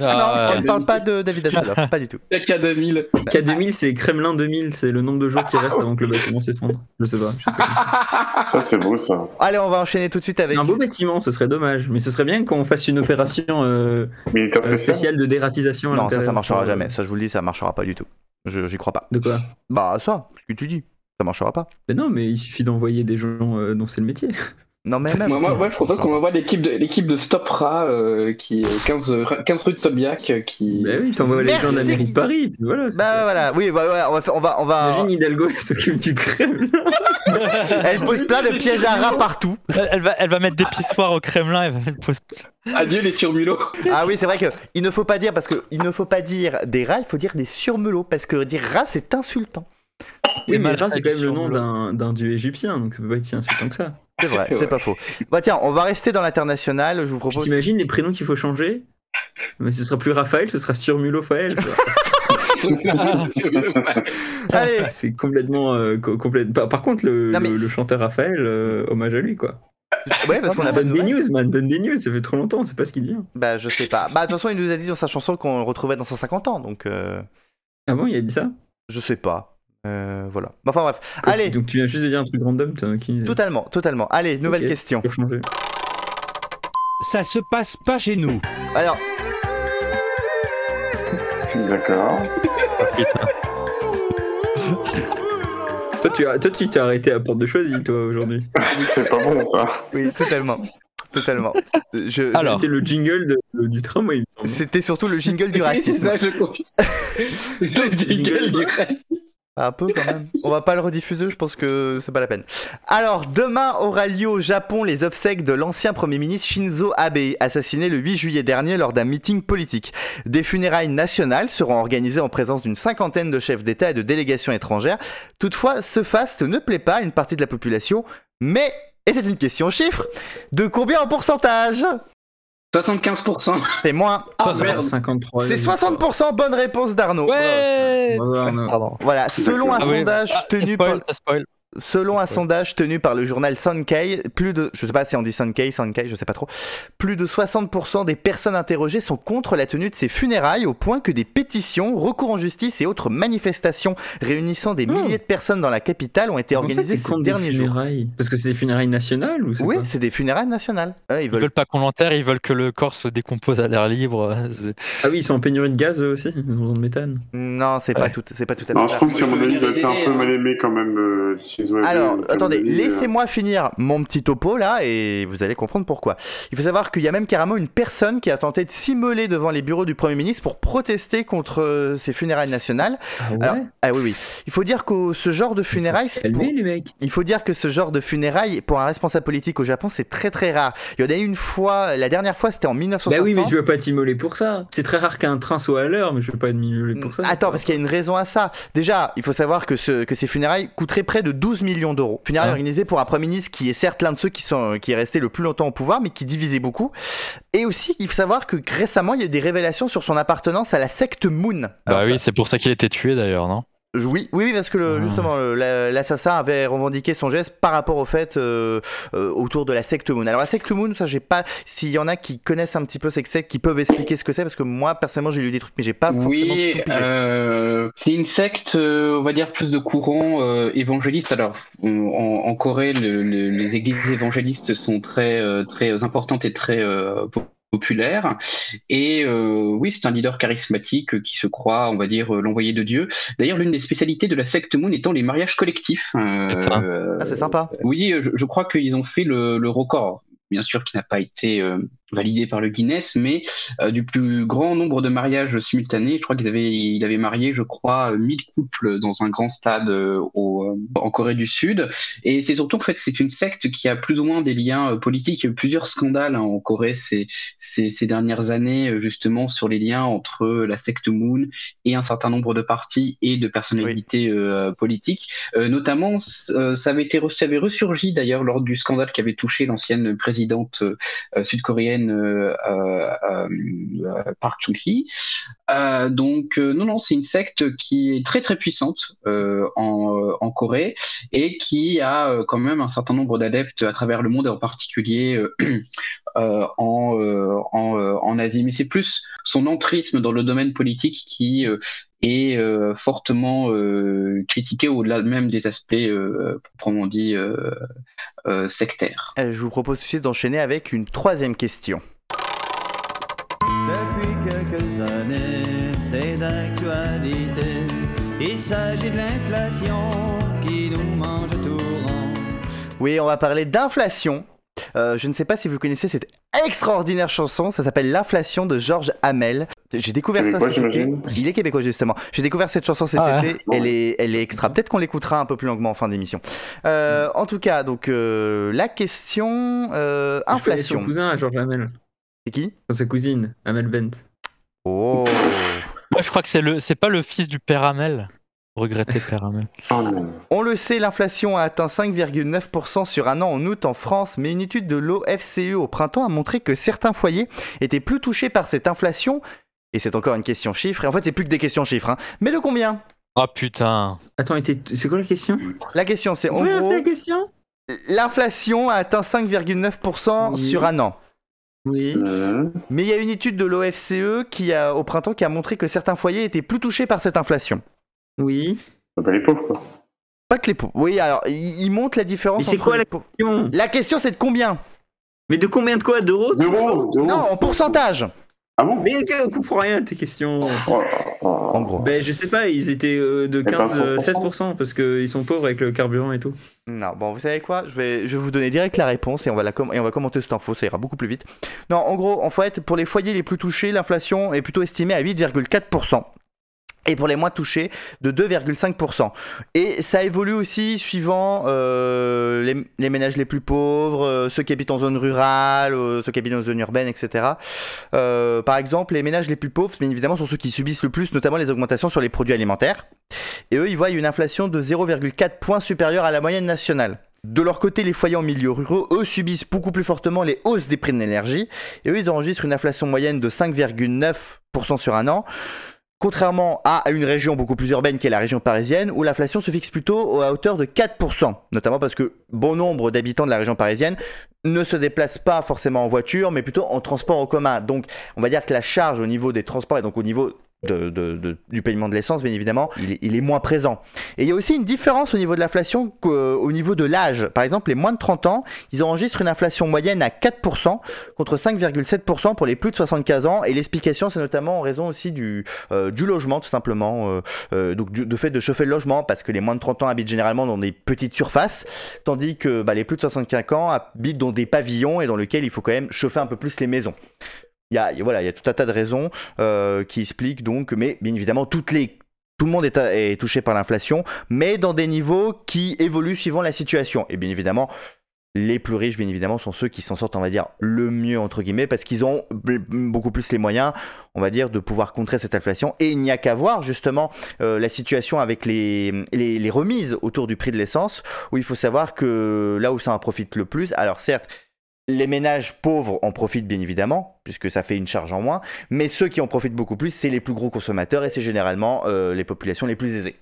Ah,
non, on ne parle pas de David Hasselhoff, pas du tout.
La K 2000.
Bah,
K2000, c'est Kremlin 2000, c'est le nombre de jours
Ah,
qui restent avant que le bâtiment s'effondre. Je sais pas. je sais pas.
Ça, c'est beau, ça.
Allez, on va enchaîner tout de suite
C'est
avec.
un beau bâtiment, ce serait dommage. Mais ce serait bien qu'on fasse une opération euh,
Militaire
euh,
spécial.
spéciale de dératisation. à
Non, ça, ça
l'intérieur.
marchera jamais. Ça, je vous le dis, ça marchera pas du tout. Je, j'y crois pas.
De quoi
Bah, ça, ce que tu dis, ça marchera pas.
Mais non, mais il suffit d'envoyer des gens euh, dont c'est le métier.
Non, mais même.
Moi, moi, moi, je propose qu'on envoie l'équipe de, l'équipe de Stopra, euh, qui est 15, euh, 15 rue de Tobiac, euh, qui.
Bah oui, t'envoies les gens de la
Merci.
mairie de Paris, puis voilà. c'est-
Bah voilà, oui, bah, voilà, on va, faire- on va, on va.
Imagine Hidalgo, elle s'occupe du Kremlin.
Elle pose plein de pièges à rats partout.
Elle, elle va, elle va mettre des pissoirs au Kremlin. Elle va elle pose-
Adieu les surmulots.
Ah oui, c'est vrai que il ne faut pas dire parce que il ne faut pas dire des rats, il faut dire des surmelots parce que dire rat c'est insultant.
Oui, mais
mal
Ra, c'est quand même le nom
traduction de
d'un d'un dieu égyptien, donc ça peut pas être si insultant que ça.
C'est vrai, c'est pas faux. Bah tiens, on va rester dans l'international. Je vous
Puis
propose.
t'imagines les prénoms qu'il faut changer Mais ce sera plus Raphaël, ce sera Surmulophaël. tu vois.
Allez,
c'est complètement. euh, co- complète- Par, par contre, le,
Non, mais
le- le
c'est-
chanteur Raphaël, euh, hommage à lui, quoi.
ouais parce qu'on a pas de
donne des
nouvelles.
news, man, donne des news, ça fait trop longtemps, c'est pas ce qu'il hein. devient.
Bah je sais pas. Bah de toute façon, il nous a dit dans sa chanson qu'on le retrouvait dans 150 ans, donc euh,
Ah bon, il a dit ça
je sais pas. Euh, voilà. Bah, Enfin bref.
Quoi,
Allez.
tu- Donc tu viens juste de dire un truc random, t'en as aucune idée.
Totalement, totalement. Allez, nouvelle
Mm. Ok.
question.
Pour changer.
Ça se passe pas chez nous.
Alors,
D'accord.
Toi, tu as- toi, tu t'es arrêté à Porte de Choisy, toi, aujourd'hui.
c'est pas bon, ça.
oui, totalement. Totalement. Je,
Alors.
C'était le jingle de- euh, du tramway, il me semble.
C'était surtout le jingle du racisme.
Là, je confirme. Le jingle du racisme.
Un peu quand même. On va pas le rediffuser, je pense que c'est pas la peine. Alors, demain aura lieu au Japon les obsèques de l'ancien Premier ministre Shinzo Abe, assassiné le 8 juillet dernier lors d'un meeting politique. Des funérailles nationales seront organisées en présence d'une cinquantaine de chefs d'État et de délégations étrangères. Toutefois, ce faste ne plaît pas à une partie de la population, mais, et c'est une question chiffre, de combien en pourcentage
75%.
C'est moins.
merde.
53.
C'est 60% bonne réponse d'Arnaud.
Ouais
Pardon. Voilà, selon un
Ah oui.
sondage
Ah, t'as
tenu par...
spoil, t'as spoil.
Selon un sondage tenu par le journal Sankei, plus de, je sais pas si on dit Sankei, Sankei, je sais pas trop, plus de 60% des personnes interrogées sont contre la tenue de ces funérailles au point que des pétitions, recours en justice et autres manifestations réunissant des milliers de personnes dans la capitale ont été organisées ces derniers jours.
Parce que c'est des funérailles nationales ou c'est
Oui,
quoi
c'est des funérailles nationales. Ah, ils
Ils
veulent-
veulent pas qu'on l'enterre, ils veulent que le corps se décompose à l'air libre. C'est-
Ah oui, ils sont en pénurie de gaz eux aussi, ils ont besoin de méthane.
Non, c'est pas
Ouais.
tout, c'est pas tout à fait.
Non,
ça.
je trouve
Je
qu'à mon
veux
avis, il
dire,
a été
les
un peu
idées,
mal aimé quand même, euh, Shinzo Abe,
Alors,
comme on
attendez,
dit, euh,
laissez-moi finir mon petit topo là et vous allez comprendre pourquoi. Il faut savoir qu'il y a même carrément une personne qui a tenté de s'immoler devant les bureaux du Premier ministre pour protester contre euh, ces funérailles nationales.
Ah ouais
Alors, Ah oui, oui. Il faut dire que ce genre de funérailles. c'est pour-
Calmez les mecs.
Il faut dire que ce genre de funérailles, pour un responsable politique au Japon, c'est très très rare. Il y en a eu une fois, la dernière fois c'était en 1960.
Bah oui, mais tu vas pas t'immoler pour ça. C'est très rare qu'un train soit à l'heure, mais je veux pas t'immoler pour ça.
Mm. Attends, parce qu'il y a une raison à ça. Déjà, il faut savoir que, ce- que ces funérailles coûteraient près de 12 millions d'euros. Funérailles
Hein
organisées pour un Premier ministre qui est certes l'un de ceux qui, sont, qui est resté le plus longtemps au pouvoir, mais qui divisait beaucoup. Et aussi, il faut savoir que récemment, il y a eu des révélations sur son appartenance à la secte Moon.
Bah oui, c'est pour ça qu'il a été tué d'ailleurs, non
Je- Oui, oui, oui, parce que le-
Ah.
justement, le- la- l'assassin avait revendiqué son geste par rapport au fait euh, euh, autour de la secte Moon. Alors la secte Moon, ça j'ai pas. S'il y en a qui connaissent un petit peu cette secte, qui peuvent expliquer ce que c'est, parce que moi personnellement j'ai lu des trucs, mais j'ai pas forcément
Oui,
tout pigé.
euh, c'est une secte, euh, on va dire, plus de courant euh, évangéliste. Alors, en, en Corée, le- le- les églises évangélistes sont très, euh, très importantes et très euh, po- populaires. Et euh, oui, c'est un leader charismatique euh, qui se croit, on va dire, euh, l'envoyé de Dieu. D'ailleurs, l'une des spécialités de la secte Moon étant les mariages collectifs. Euh,
Putain.
euh,
Ah, c'est sympa.
oui, euh, je, je crois qu'ils ont fait le, le record, bien sûr qui n'a pas été euh, validé par le Guinness, mais euh, du plus grand nombre de mariages simultanés. Je crois qu'ils avaient, il avait marié, je crois, euh, 1000 couples dans un grand stade euh, au, euh, en Corée du Sud. Et c'est surtout, en fait, c'est une secte qui a plus ou moins des liens euh, politiques. Il y a eu plusieurs scandales hein, en Corée ces, ces, ces dernières années, euh, justement, sur les liens entre euh, la secte Moon et un certain nombre de partis et de personnalités euh, politiques. Euh, notamment, c- euh, ça avait, été, re- ça avait ressurgi d'ailleurs lors du scandale qui avait touché l'ancienne présidente euh, euh, sud-coréenne coréenne euh, euh, euh, Park Chung-hee. Euh, donc euh, non, non, c'est une secte qui est très très puissante euh, en, euh, en Corée et qui a euh, quand même un certain nombre d'adeptes à travers le monde et en particulier euh, euh, en, euh, en, euh, en Asie. Mais c'est plus son entrisme dans le domaine politique qui euh, est euh, fortement euh, critiqué au-delà même des aspects euh, proprement dit euh, euh, sectaires.
Euh, Je vous propose tout de suite d'enchaîner avec une troisième question.
Depuis quelques années, c'est d'actualité. Il s'agit de l'inflation qui nous mange tout rond.
Oui, on va parler d'inflation. Euh, je ne sais pas si vous connaissez cette extraordinaire chanson, ça s'appelle L'inflation de Georges Hamel. J'ai découvert
Québécois,
ça cet été.
j'imagine
Il est québécois justement. J'ai découvert cette chanson cet
Ah ouais.
hein.
été. Elle est, elle est extra. Peut-être qu'on l'écoutera un peu plus longuement en fin d'émission. Euh, En tout cas, donc euh, la question euh,
Je connais Son
inflation.
cousin, à Georges Hamel.
C'est qui
Enfin, sa cousine, Hamel Bent.
Oh.
Moi, je crois que c'est le, c'est pas le fils du père Hamel. Regretté père Hamel.
Ah,
Oh non.
On le sait, l'inflation a atteint 5,9% sur un an en août en France, mais une étude de l'OFCE E au printemps a montré que certains foyers étaient plus touchés par cette inflation. Et c'est encore une question chiffre. Et en fait, c'est plus que des questions chiffres. hein. Mais de combien
Oh putain.
Attends, il était- c'est quoi la question
La question, c'est en
Vous pouvez
gros,
répéter la question
l'inflation a atteint 5,9%
Oui.
sur un an.
Oui.
Mhm.
Mais il y a une étude de l'OFCE E qui a, au printemps qui a montré que certains foyers étaient plus touchés par cette inflation.
Oui.
Ah bah, les pauvres, quoi.
Pas que les pauvres. Oui, alors, ils ils montrent la différence.
Mais c'est
entre
quoi
les
la
pauvres.
Question.
La question, c'est de combien
Mais de combien de quoi D'euros
Deux euros, deux euros.
Non, en pourcentage
Ah bon
Mais on comprend rien à tes questions.
Oh, oh.
En gros.
Ben, je sais pas, ils étaient euh, de
ben,
15, euh,
100%.
16% parce qu'ils sont pauvres avec le carburant et tout.
Non, bon, vous savez quoi je vais, je vais vous donner direct la réponse et on, va la com- et on va commenter cette info, ça ira beaucoup plus vite. Non, en gros, en fait, pour les foyers les plus touchés, l'inflation est plutôt estimée à 8,4%. Et pour les moins touchés, de 2,5%. Et ça évolue aussi suivant euh, les, les ménages les plus pauvres, euh, ceux qui habitent en zone rurale, euh, ceux qui habitent en zone urbaine, etc. Euh, par exemple, les ménages les plus pauvres, bien évidemment, sont ceux qui subissent le plus, notamment les augmentations sur les produits alimentaires. Et eux, ils voient une inflation de 0,4 points supérieure à la moyenne nationale. De leur côté, les foyers en milieu ruraux, eux, subissent beaucoup plus fortement les hausses des prix de l'énergie. Et eux, ils enregistrent une inflation moyenne de 5,9% sur un an. Contrairement à à une région beaucoup plus urbaine qui est la région parisienne, où l'inflation se fixe plutôt à hauteur de 4%, notamment parce que bon nombre d'habitants de la région parisienne ne se déplacent pas forcément en voiture, mais plutôt en transport en commun. Donc on va dire que la charge au niveau des transports et donc au niveau de- de- de- du paiement de l'essence, bien évidemment, il, est- il est moins présent. Et il y a aussi une différence au niveau de l'inflation qu'au- au niveau de l'âge. Par exemple, les moins de 30 ans, ils enregistrent une inflation moyenne à 4% contre 5,7% pour les plus de 75 ans. Et l'explication, c'est notamment en raison aussi du, euh, du logement, tout simplement. euh, euh, donc, du, de fait de chauffer le logement, parce que les moins de 30 ans habitent généralement dans des petites surfaces, tandis que bah, les plus de 65 ans habitent dans des pavillons et dans lesquels il faut quand même chauffer un peu plus les maisons. Il y a, il y a- voilà, il y a tout un tas de raisons euh, qui expliquent donc, mais bien évidemment, toutes les, tout le monde est, à- est touché par l'inflation, mais dans des niveaux qui évoluent suivant la situation. Et bien évidemment, les plus riches, bien évidemment, sont ceux qui s'en sortent, on va dire, le mieux, entre guillemets, parce qu'ils ont b- beaucoup plus les moyens, on va dire, de pouvoir contrer cette inflation. Et il n'y a qu'à voir, justement, euh, la situation avec les, les, les remises autour du prix de l'essence, où il faut savoir que là où ça en profite le plus, alors certes, les ménages pauvres en profitent bien évidemment, puisque ça fait une charge en moins, mais ceux qui en profitent beaucoup plus, c'est les plus gros consommateurs et c'est généralement euh, les populations les plus aisées.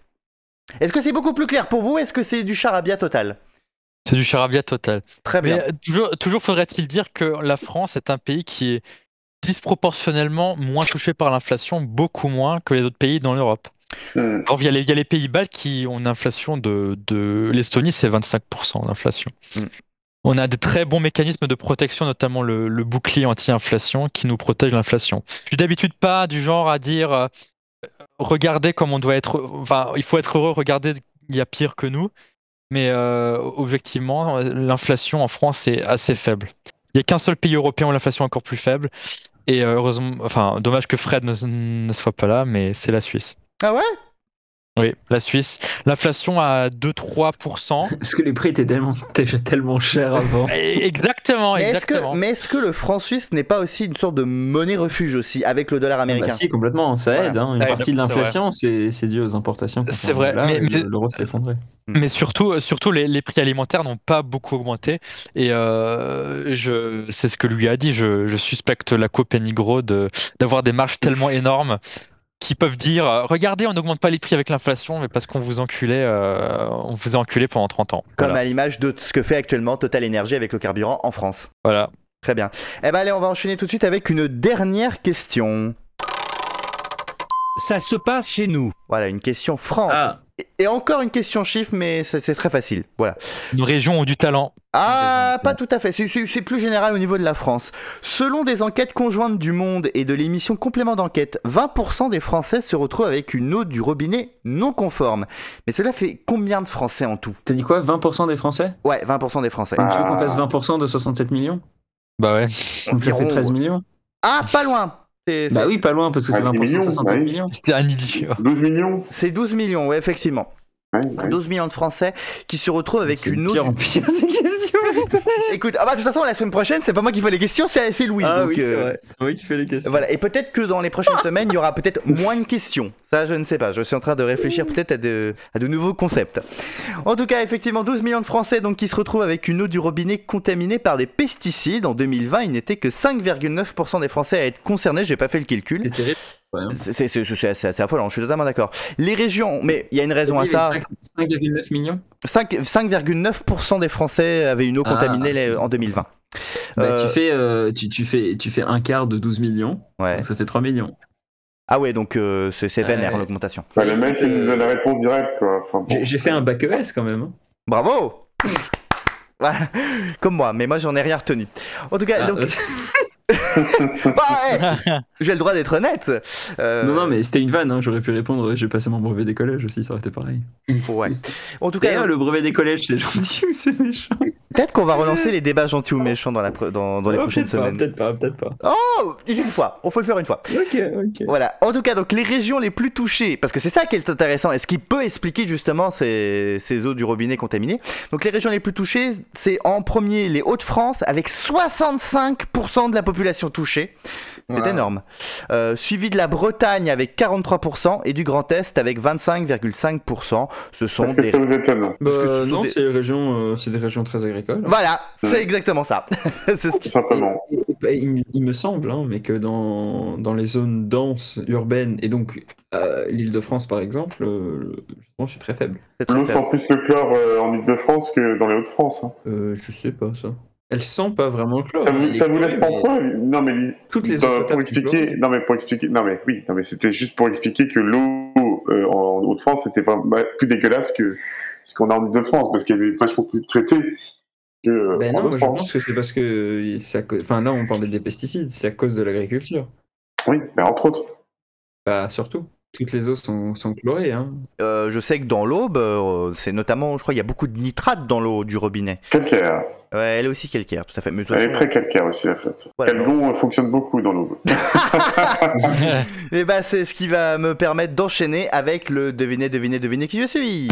Est-ce que c'est beaucoup plus clair pour vous Est-ce que c'est du charabia total
C'est du charabia total.
Très bien.
Mais euh, toujours, toujours faudrait-il dire que la France est un pays qui est disproportionnellement moins touché par l'inflation, beaucoup moins que les autres pays dans l'Europe.
Mhm.
Alors, il y a les, il y a les Pays-Bas qui ont une inflation de. de... L'Estonie, c'est 25% d'inflation.
Mm.
On a des très bons mécanismes de protection, notamment le, le bouclier anti-inflation qui nous protège de l'inflation. Je suis d'habitude pas du genre à dire euh, regardez comme on doit être. Enfin, il faut être heureux, regardez, il y a pire que nous. Mais euh, objectivement, l'inflation en France est assez faible. Il n'y a qu'un seul pays européen où l'inflation est encore plus faible. Et euh, heureusement, enfin, dommage que Fred ne- ne soit pas là, mais c'est la Suisse.
Ah ouais
Oui, la Suisse. L'inflation à 2-3%.
Parce que les prix étaient tellement, déjà tellement chers avant.
Et- exactement,
Mais est-ce
exactement.
que, mais est-ce que le franc suisse n'est pas aussi une sorte de monnaie refuge aussi avec le dollar américain
Bah si, complètement, ça
Voilà.
aide. hein. Une
Ouais,
partie de
c'est
l'inflation, c'est c'est dû aux importations.
C'est vrai,
Là,
mais- mais-
L'euro s'est effondré.
Mais surtout, euh, surtout les, les prix alimentaires n'ont pas beaucoup augmenté. Et euh, je, c'est ce que lui a dit. Je, je suspecte la Coop et Migros de, d'avoir des marges tellement énormes qui peuvent dire euh, Regardez, on n'augmente pas les prix avec l'inflation, mais parce qu'on vous enculait, euh, on vous a enculé pendant 30 ans.
Comme
Voilà.
à l'image de ce que fait actuellement Total Energy avec le carburant en France.
Voilà.
Très bien. Eh ben allez, on va enchaîner tout de suite avec une dernière question.
Ça se passe chez nous.
Voilà, une question franc.
Ah,
Et encore une question chiffre, mais c'est c'est très facile. Voilà.
Nos régions ont du talent.
Ah,
Des-
pas tout à fait. C'est- C'est c'est plus général au niveau de la France. Selon des enquêtes conjointes du Monde et de l'émission Complément d'enquête, 20% des Français se retrouvent avec une eau du robinet non conforme. Mais cela fait combien de Français en tout
t'as dit quoi 20% des Français
Ouais, 20% des Français.
Donc, Tu veux qu'on
Ah.
fasse 20% de 67 millions
Bah ouais.
Donc ça fait
Environ,
13
ouais.
millions
Ah, pas loin. C'est c'est-
Bah oui, pas loin, parce que
Ah,
c'est
10
20%
millions,
de 67
bah oui.
millions.
C'est un idiot.
12 millions
c'est 12 millions, ouais, effectivement.
Ouais, ouais.
12 millions de Français qui se retrouvent avec
C'est
une
de
eau.
pire
du-
en pire ces questions. putain.
Écoute, ah bah de toute façon, la semaine prochaine, c'est pas moi qui fais les questions, c'est c'est Louis.
ah
donc,
oui, c'est
euh,
vrai. C'est moi qui fais les questions.
Voilà, et peut-être que dans les prochaines semaines, il y aura peut-être moins de questions. Ça, je ne sais pas. Je suis en train de réfléchir peut-être à de, à de nouveaux concepts. En tout cas, effectivement, 12 millions de Français donc, qui se retrouvent avec une eau du robinet contaminée par des pesticides. En 2020, il n'était que 5,9% des Français à être concernés. J'ai pas fait le calcul.
C'est terrible. Ouais.
C'est- C'est c'est- c'est assez, assez affolant, je suis totalement d'accord. Les régions, mais il y a une raison à
T'as dit
ça.
avec 5- 5,9 millions
Cinq- 5,9% des Français avaient une eau
Ah,
contaminée les- en 2020.
Bah,
Euh,
tu, fais, euh, tu, tu fais, tu fais un quart de 12 millions,
ouais.
donc ça fait 3 millions.
Ah ouais, donc euh, c'est c'est vénère
Ouais.
l'augmentation.
Bah, le mec, il nous donne la réponse directe, quoi. Enfin, bon.
J'ai j'ai fait un bac ES quand même. hein.
Bravo Voilà, comme moi, mais moi j'en ai rien retenu. En tout cas,
Ah,
donc,
euh,
bah, hey, j'ai le droit d'être honnête. Euh,
Non, non, mais c'était une vanne, hein, j'aurais pu répondre, j'ai passé mon brevet des collèges aussi, ça aurait été pareil.
ouais. En tout cas,
D'ailleurs, le brevet des collèges, c'est gentil ou c'est méchant
peut-être qu'on va relancer les débats gentils ou méchants dans, la pro- dans, dans les
Oh,
prochaines
Peut-être pas,
semaines.
peut-être pas, peut-être pas.
Oh, une fois, on faut le faire une fois.
Ok, ok.
Voilà. En tout cas, donc les régions les plus touchées, parce que c'est ça qui est intéressant et ce qui peut expliquer justement ces, ces eaux du robinet contaminées. Donc les régions les plus touchées, c'est en premier les Hauts-de-France avec 65% de la population touchée. C'est
Wow.
énorme. Euh, suivi de la Bretagne avec 43% et du Grand Est avec 25,5%. Ce sont
Est-ce que
des.
ça vous étonne
Parce que ce
Bah,
sont
non,
des-
c'est des régions, euh, c'est des régions très agricoles.
Voilà, c'est
Ouais.
exactement ça. C'est ce
Tout
qui-
simplement.
Bah, il, me- il me semble, hein, mais que dans, dans les zones denses, urbaines, et donc euh, l'île de France par exemple, euh, justement, c'est très faible.
c'est très
L'eau
faible.
sent plus le chlore euh, en Ile-de-France que dans les Hauts-de-France. hein.
Euh, je sais pas ça. Elle sent pas vraiment le chlore.
Ça vous,
Elle
ça
Oh, est
vous laisse
crue, mais
penser quoi Non, mais l'I-
Toutes les
Bah,
autres
pour expliquer, non mais pour expliquer, non mais oui, non mais c'était juste pour expliquer que l'eau euh, en Haute-France était vraiment bah, plus dégueulasse que ce qu'on a en Ile-de-France parce qu'elle est vachement plus traitée que euh,
Ben
en
non, moi, je
Haute-France.
pense que c'est parce que c'est à cause- enfin là on parlait des pesticides, c'est à cause de l'agriculture.
Oui, mais entre autres.
Bah surtout, toutes les eaux sont, sont chlorées. Hein.
Euh, je sais que dans l'Aube, euh, c'est notamment, je crois, il y a beaucoup de nitrates dans l'eau du robinet.
Calcaire.
Ouais, elle est aussi calcaire, tout à fait. Mais de toute
Elle est
façon,
très calcaire aussi, la flotte.
Voilà.
Calgon euh, fonctionne beaucoup dans l'eau.
Et bah c'est ce qui va me permettre d'enchaîner avec le devinez, devinez, devinez qui je suis.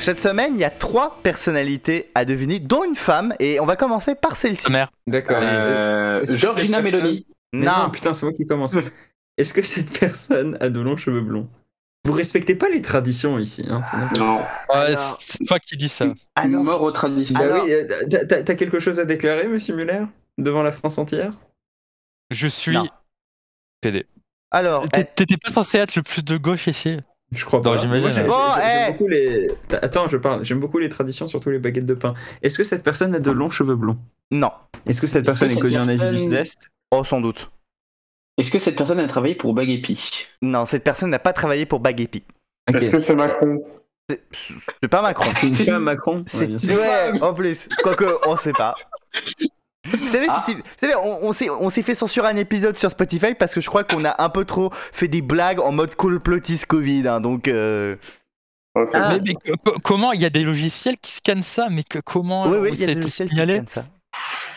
Cette semaine, il y a trois personnalités à deviner, dont une femme, et on va commencer par celle-ci.
Merde.
D'accord.
Euh,
Est-ce que
Georgina
cette personne-
Meloni.
Mais
Non.
non. putain, c'est moi qui commence. Est-ce que cette personne a de longs cheveux blonds Vous respectez pas les traditions ici. Hein, c'est n'importe
Non.
Ouais,
Alors-
c'est toi qui dis ça.
Alors-
Mort aux traditions.
quoi. Bah
Ah Alors-
oui, euh, t'as- t'as t'as quelque chose à déclarer, monsieur Muller, devant la France entière
Je suis
Non.
PD.
Alors,
T'é- T'étais pas censé être le plus de gauche ici
Je crois
Non,
pas.
j'imagine,
Moi, j'ai-
ouais.
j'ai-
Bon,
j'ai- j'aime
eh.
beaucoup les. T'as- Attends, je parle. J'aime beaucoup les traditions, surtout les baguettes de pain. Est-ce que cette personne a de longs cheveux blonds
elle- non.
Est-ce que cette
Est-ce
personne
que
est
cette
connue en Asie du
personne-
Sud-Est
Oh, sans doute.
Est-ce que cette personne a travaillé pour Baguepi
Non, cette personne n'a pas travaillé pour Baguepi.
Ok.
Est-ce que c'est Macron
C'est pas Macron.
C'est une
C'est-
femme Macron Ouais,
C'est
bien sûr.
ouais, en plus. Quoique, on sait pas. Vous savez,
Ah.
c'était- vous savez, on, on s'est, on s'est fait censurer un épisode sur Spotify parce que je crois qu'on a un peu trop fait des blagues en mode complotis Covid. hein, donc, euh,
Oh, c'est
Ah.
Mais,
bon.
mais co- co- comment il y a des logiciels qui scannent ça Mais que, comment
oui,
euh,
oui, il y a
ça a
des
été
logiciels qui
signalé
scannent ça.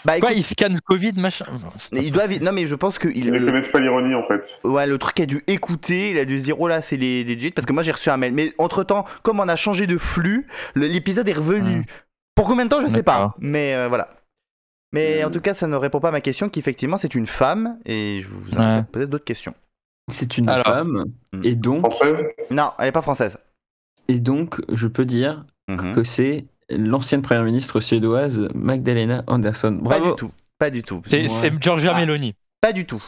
Bah écoute,
Quoi, ils scannent Covid, machin
ils doivent. Non, mais je pense que il-
Ils ne
le,
connaissent pas l'ironie en fait.
ouais, le truc a dû écouter. Il a dû se dire, oh là, c'est les legit. Parce que moi, j'ai reçu un mail. Mais entre temps, comme on a changé de flux, le- l'épisode est revenu.
Hmm.
Pour combien de temps, je sais pas.
D'accord. Euh.
Mais euh, voilà. Mais en tout cas, ça ne répond pas à ma question qu'effectivement, c'est une femme. Et je vous invite
Ouais.
peut-être d'autres questions.
C'est une
Alors.
femme,
Hmm.
et donc,
Française
Non, elle est pas française.
et donc, je peux dire
Mhm.
que c'est l'ancienne première ministre suédoise Magdalena Andersson.
Pas
Bravo.
du tout. Pas du tout.
C'est
Ouais.
c'est Georgia
Ah.
Meloni.
Pas du tout.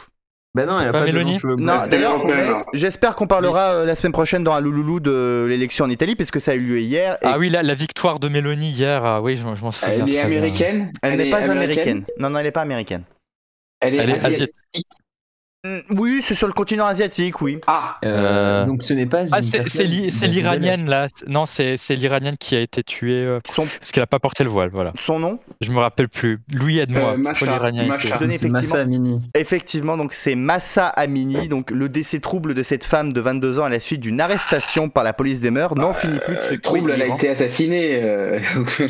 Ben non,
C'est
elle a
pas
pas, de
Mélanie
long cheveux
Non,
blancs.
Est-ce qu'elle est
d'ailleurs,
européenne,
on-
hein
j'espère qu'on parlera
Mais-
euh, la semaine prochaine dans un louloulou de l'élection en Italie, puisque ça a eu lieu hier. et
Ah oui, la, la victoire de Meloni hier, ah oui, je, je m'en souviens.
Elle
très
est
bien.
américaine
elle n'est pas américaine. Non, non, elle n'est pas américaine.
Elle est,
Elle est
asiatique.
asiatique.
Mm, Oui, c'est sur le continent asiatique, oui.
Ah,
Euh,
Euh,
Donc ce n'est pas
Ah,
une
c'est c'est
personne Bah,
l'I- c'est
d'Asie de
l'Iranienne
l'Est.
là. C'est- Non, c'est c'est l'Iranienne qui a été tuée euh,
Son,
parce qu'elle a pas porté le voile. Voilà.
son nom,
Je me rappelle plus. Louis aide-moi.
Euh,
c'est
Macha,
trop l'Iranien.
Macha.
Donnez
C'est
effectivement.
Massa Amini.
effectivement, donc c'est Massa Amini. Donc le décès trouble de cette femme de 22 ans à la suite d'une arrestation par la police des mœurs n'en finit plus de se hein.
le Bah, euh, trouble, elle a
croire.
été assassinée. euh, je,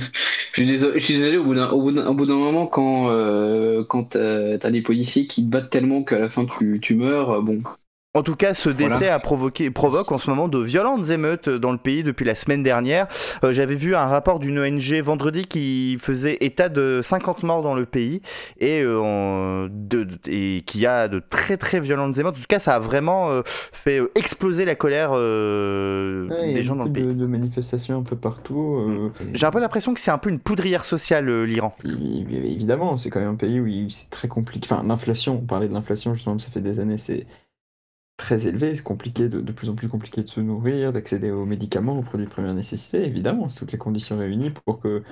suis désolé, je suis désolé, au bout d'un- au bout d'un au bout d'un moment, quand, euh, quand euh, t'as des policiers qui te battent tellement qu'à la fin tu, tu meurs, euh, bon.
En tout cas, ce décès
Voilà.
a provoqué, provoque en ce moment de violentes émeutes dans le pays depuis la semaine dernière. Euh, J'avais vu un rapport d'une ONG vendredi qui faisait état de 50 morts dans le pays et, euh, en- de- de- et qu'il y a de très très violentes émeutes. En tout cas, ça a vraiment euh, fait exploser la colère euh, des gens dans le pays.
De, manifestations un peu partout. euh,
J'ai un peu l'impression que c'est un peu une poudrière sociale, euh, l'Iran.
Puis, Évidemment, c'est quand même un pays où il- c'est très compliqué. Enfin, l'inflation, on parlait de l'inflation, justement, ça fait des années, c'est très élevé, c'est compliqué, de, de plus en plus compliqué de se nourrir, d'accéder aux médicaments, aux produits de première nécessité, évidemment, c'est toutes les conditions réunies pour que,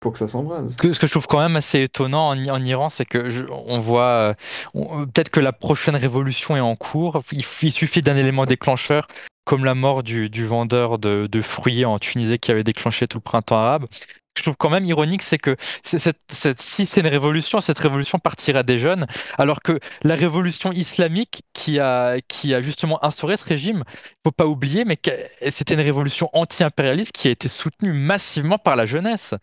pour que ça s'embrase.
Ce que, ce que je trouve quand même assez étonnant en, I- en Iran, c'est que je- on voit euh, on- euh, peut-être que la prochaine révolution est en cours. Il, f- il suffit d'un élément déclencheur, comme la mort du, du vendeur de, de fruits en Tunisie qui avait déclenché tout le printemps arabe. Ce que je trouve quand même ironique, c'est que c'est- cette- cette- si c'est une révolution, cette révolution partira des jeunes, alors que la révolution islamique qui a, qui a justement instauré ce régime, faut pas oublier, mais que- c'était une révolution anti-impérialiste qui a été soutenue massivement par la jeunesse.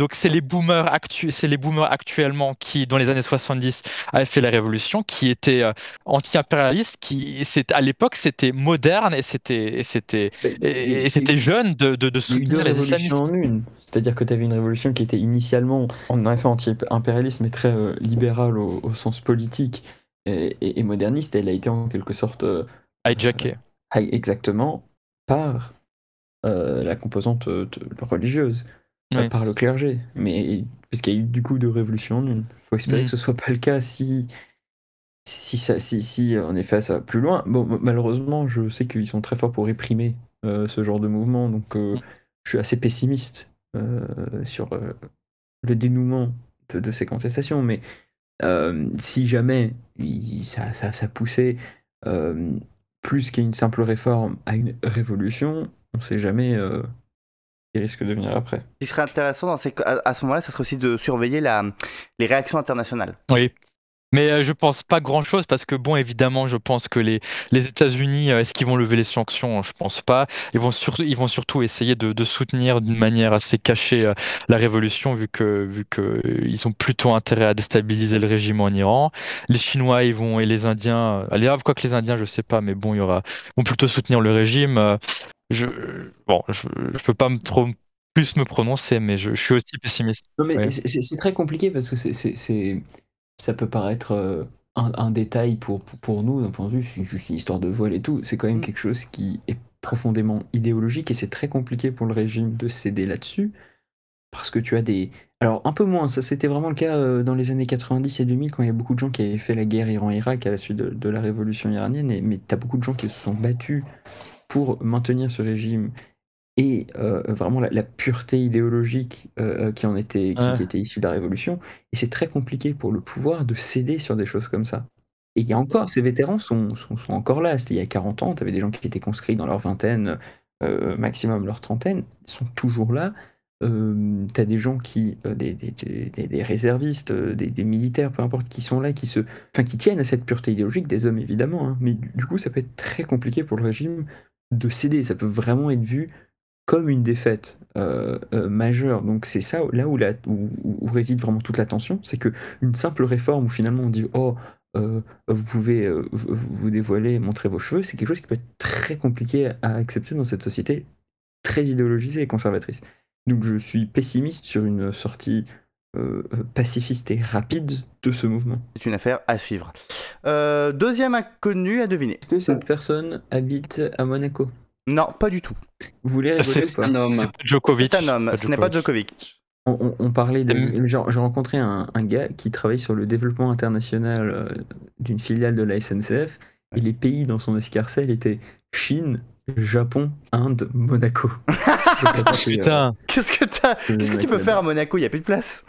Donc c'est les boomers actu- c'est les boomers actuellement qui, dans les années 70, avaient fait la révolution, qui étaient euh, anti-impérialistes, qui c'est à l'époque c'était moderne et c'était et c'était et- et, c'était jeune de, de, de
Il y a eu deux
soutenir les islamistes.
révolutions en une. C'est-à-dire que tu avais une révolution qui était initialement, en effet, anti-impérialiste, mais très euh, libérale au, au sens politique et, et- et moderniste. Elle a été en quelque sorte euh,
Hijackés.
Ah, Exactement, par euh, la composante euh, de- religieuse, euh,
Ouais.
par le clergé. Mais parce qu'il y a eu du coup de révolution en une. Faut espérer
Mm.
que ce soit pas le cas si si ça si, si en effet ça va plus loin. Bon, m- malheureusement, je sais qu'ils sont très forts pour réprimer euh, ce genre de mouvement, donc euh,
Mm.
je suis assez pessimiste euh, sur euh, le dénouement de, de ces contestations. Mais euh, si jamais il- ça, ça, ça poussait euh, plus qu'à une simple réforme à une révolution, on ne sait jamais euh, ce qui risque de venir après.
Ce qui serait intéressant dans ces- à, à ce moment-là, ça serait aussi de surveiller la, les réactions internationales.
Oui. Mais euh, je pense pas grand chose parce que bon évidemment je pense que les, les États-Unis euh, est-ce qu'ils vont lever les sanctions je pense pas ils vont surtout ils vont surtout essayer de, de soutenir d'une manière assez cachée euh, la révolution vu que vu que euh, ils ont plutôt intérêt à déstabiliser le régime en Iran les Chinois ils vont et les Indiens euh, les Arabes quoi que les Indiens je sais pas mais bon il y aura vont plutôt soutenir le régime euh, je bon je, je peux pas me trop plus me prononcer mais je, je suis aussi pessimiste
Non mais
Ouais.
c'est- c'est c'est très compliqué parce que c'est- c'est c'est- ça peut paraître euh, un, un détail pour, pour, pour nous d'un point de vue, c'est juste une histoire de vol et tout. C'est quand même
Mm.
quelque chose qui est profondément idéologique et c'est très compliqué pour le régime de céder là-dessus parce que tu as des... Alors un peu moins, ça c'était vraiment le cas euh, dans les années 90 et 2000 quand il y a beaucoup de gens qui avaient fait la guerre Iran-Irak à la suite de, de la révolution iranienne, et- mais tu as beaucoup de gens qui se sont battus pour maintenir ce régime et euh, vraiment la, la pureté idéologique euh, euh, qui en était qui,
Ouais.
qui était issue de la révolution et c'est très compliqué pour le pouvoir de céder sur des choses comme ça et il y a encore ces vétérans sont, sont, sont encore là c'était il y a 40 ans tu avais des gens qui étaient conscrits dans leur vingtaine euh, maximum leur trentaine ils sont toujours là euh, t'as des gens qui euh, des, des, des- des- des réservistes euh, des, des militaires peu importe qui sont là qui se enfin qui tiennent à cette pureté idéologique des hommes évidemment hein. mais du, du coup ça peut être très compliqué pour le régime de céder ça peut vraiment être vu comme une défaite euh, euh, majeure. Donc c'est ça là où, la- où- où- où réside vraiment toute la tension, c'est que une simple réforme où finalement on dit oh euh, vous pouvez euh, vous vous dévoiler, montrer vos cheveux, c'est quelque chose qui peut être très compliqué à accepter dans cette société très idéologisée et conservatrice. Donc je suis pessimiste sur une sortie euh, euh, pacifiste et rapide de ce mouvement.
C'est une affaire à suivre. Euh, deuxième inconnu à deviner.
Est-ce que cette personne habite à Monaco
Non, pas du tout.
Vous voulez rigoler
C'est-
ou pas
Un homme.
C'est pas Djokovic.
C'est un homme, ce n'est pas
Djokovic.
Djokovic.
On, on- on parlait de.
Mm.
J'ai j'ai rencontré un, un gars qui travaille sur le développement international euh, d'une filiale de la SNCF et les pays dans son escarcelle étaient Chine, Japon, Inde, Monaco. Je crois pas que, euh,
Putain,
Qu'est-ce que t'as
le
Qu'est-ce que tu
mec
peux
là-bas-
faire à Monaco Il n'y a plus de place.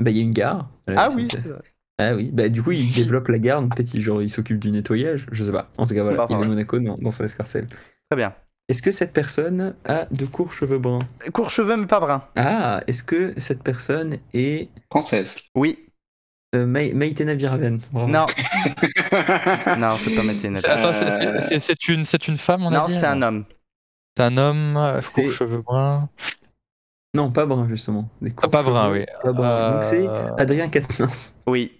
Bah, Il y a une gare. à la
Ah oui,
SNCF.
c'est vrai.
Ah oui. Bah, du coup, il développe la gare, donc peut-être il, genre, il s'occupe du nettoyage. Je sais pas. En tout cas, voilà.
Bah,
il est
ouais.
Monaco dans, dans son escarcelle.
Très bien.
Est-ce que cette personne a de courts cheveux bruns
Court cheveux, mais pas brun.
Ah, est-ce que cette personne est
Française.
Oui.
euh, Maï- Maïtena Biraven Bravo.
Non, non, c'est pas Mathilde.
C'est- attends, c'est- c'est- c'est c'est une, c'est une femme, on a
Euh, Non,
dit
c'est un
alors
homme.
C'est un homme, euh,
C'est-
court, cheveux bruns.
Non, pas brun, justement. Des courts
Ah, pas brun,
cheveux,
oui.
pas brun. Donc c'est
Euh,
Adrien Quatennens.
Oui.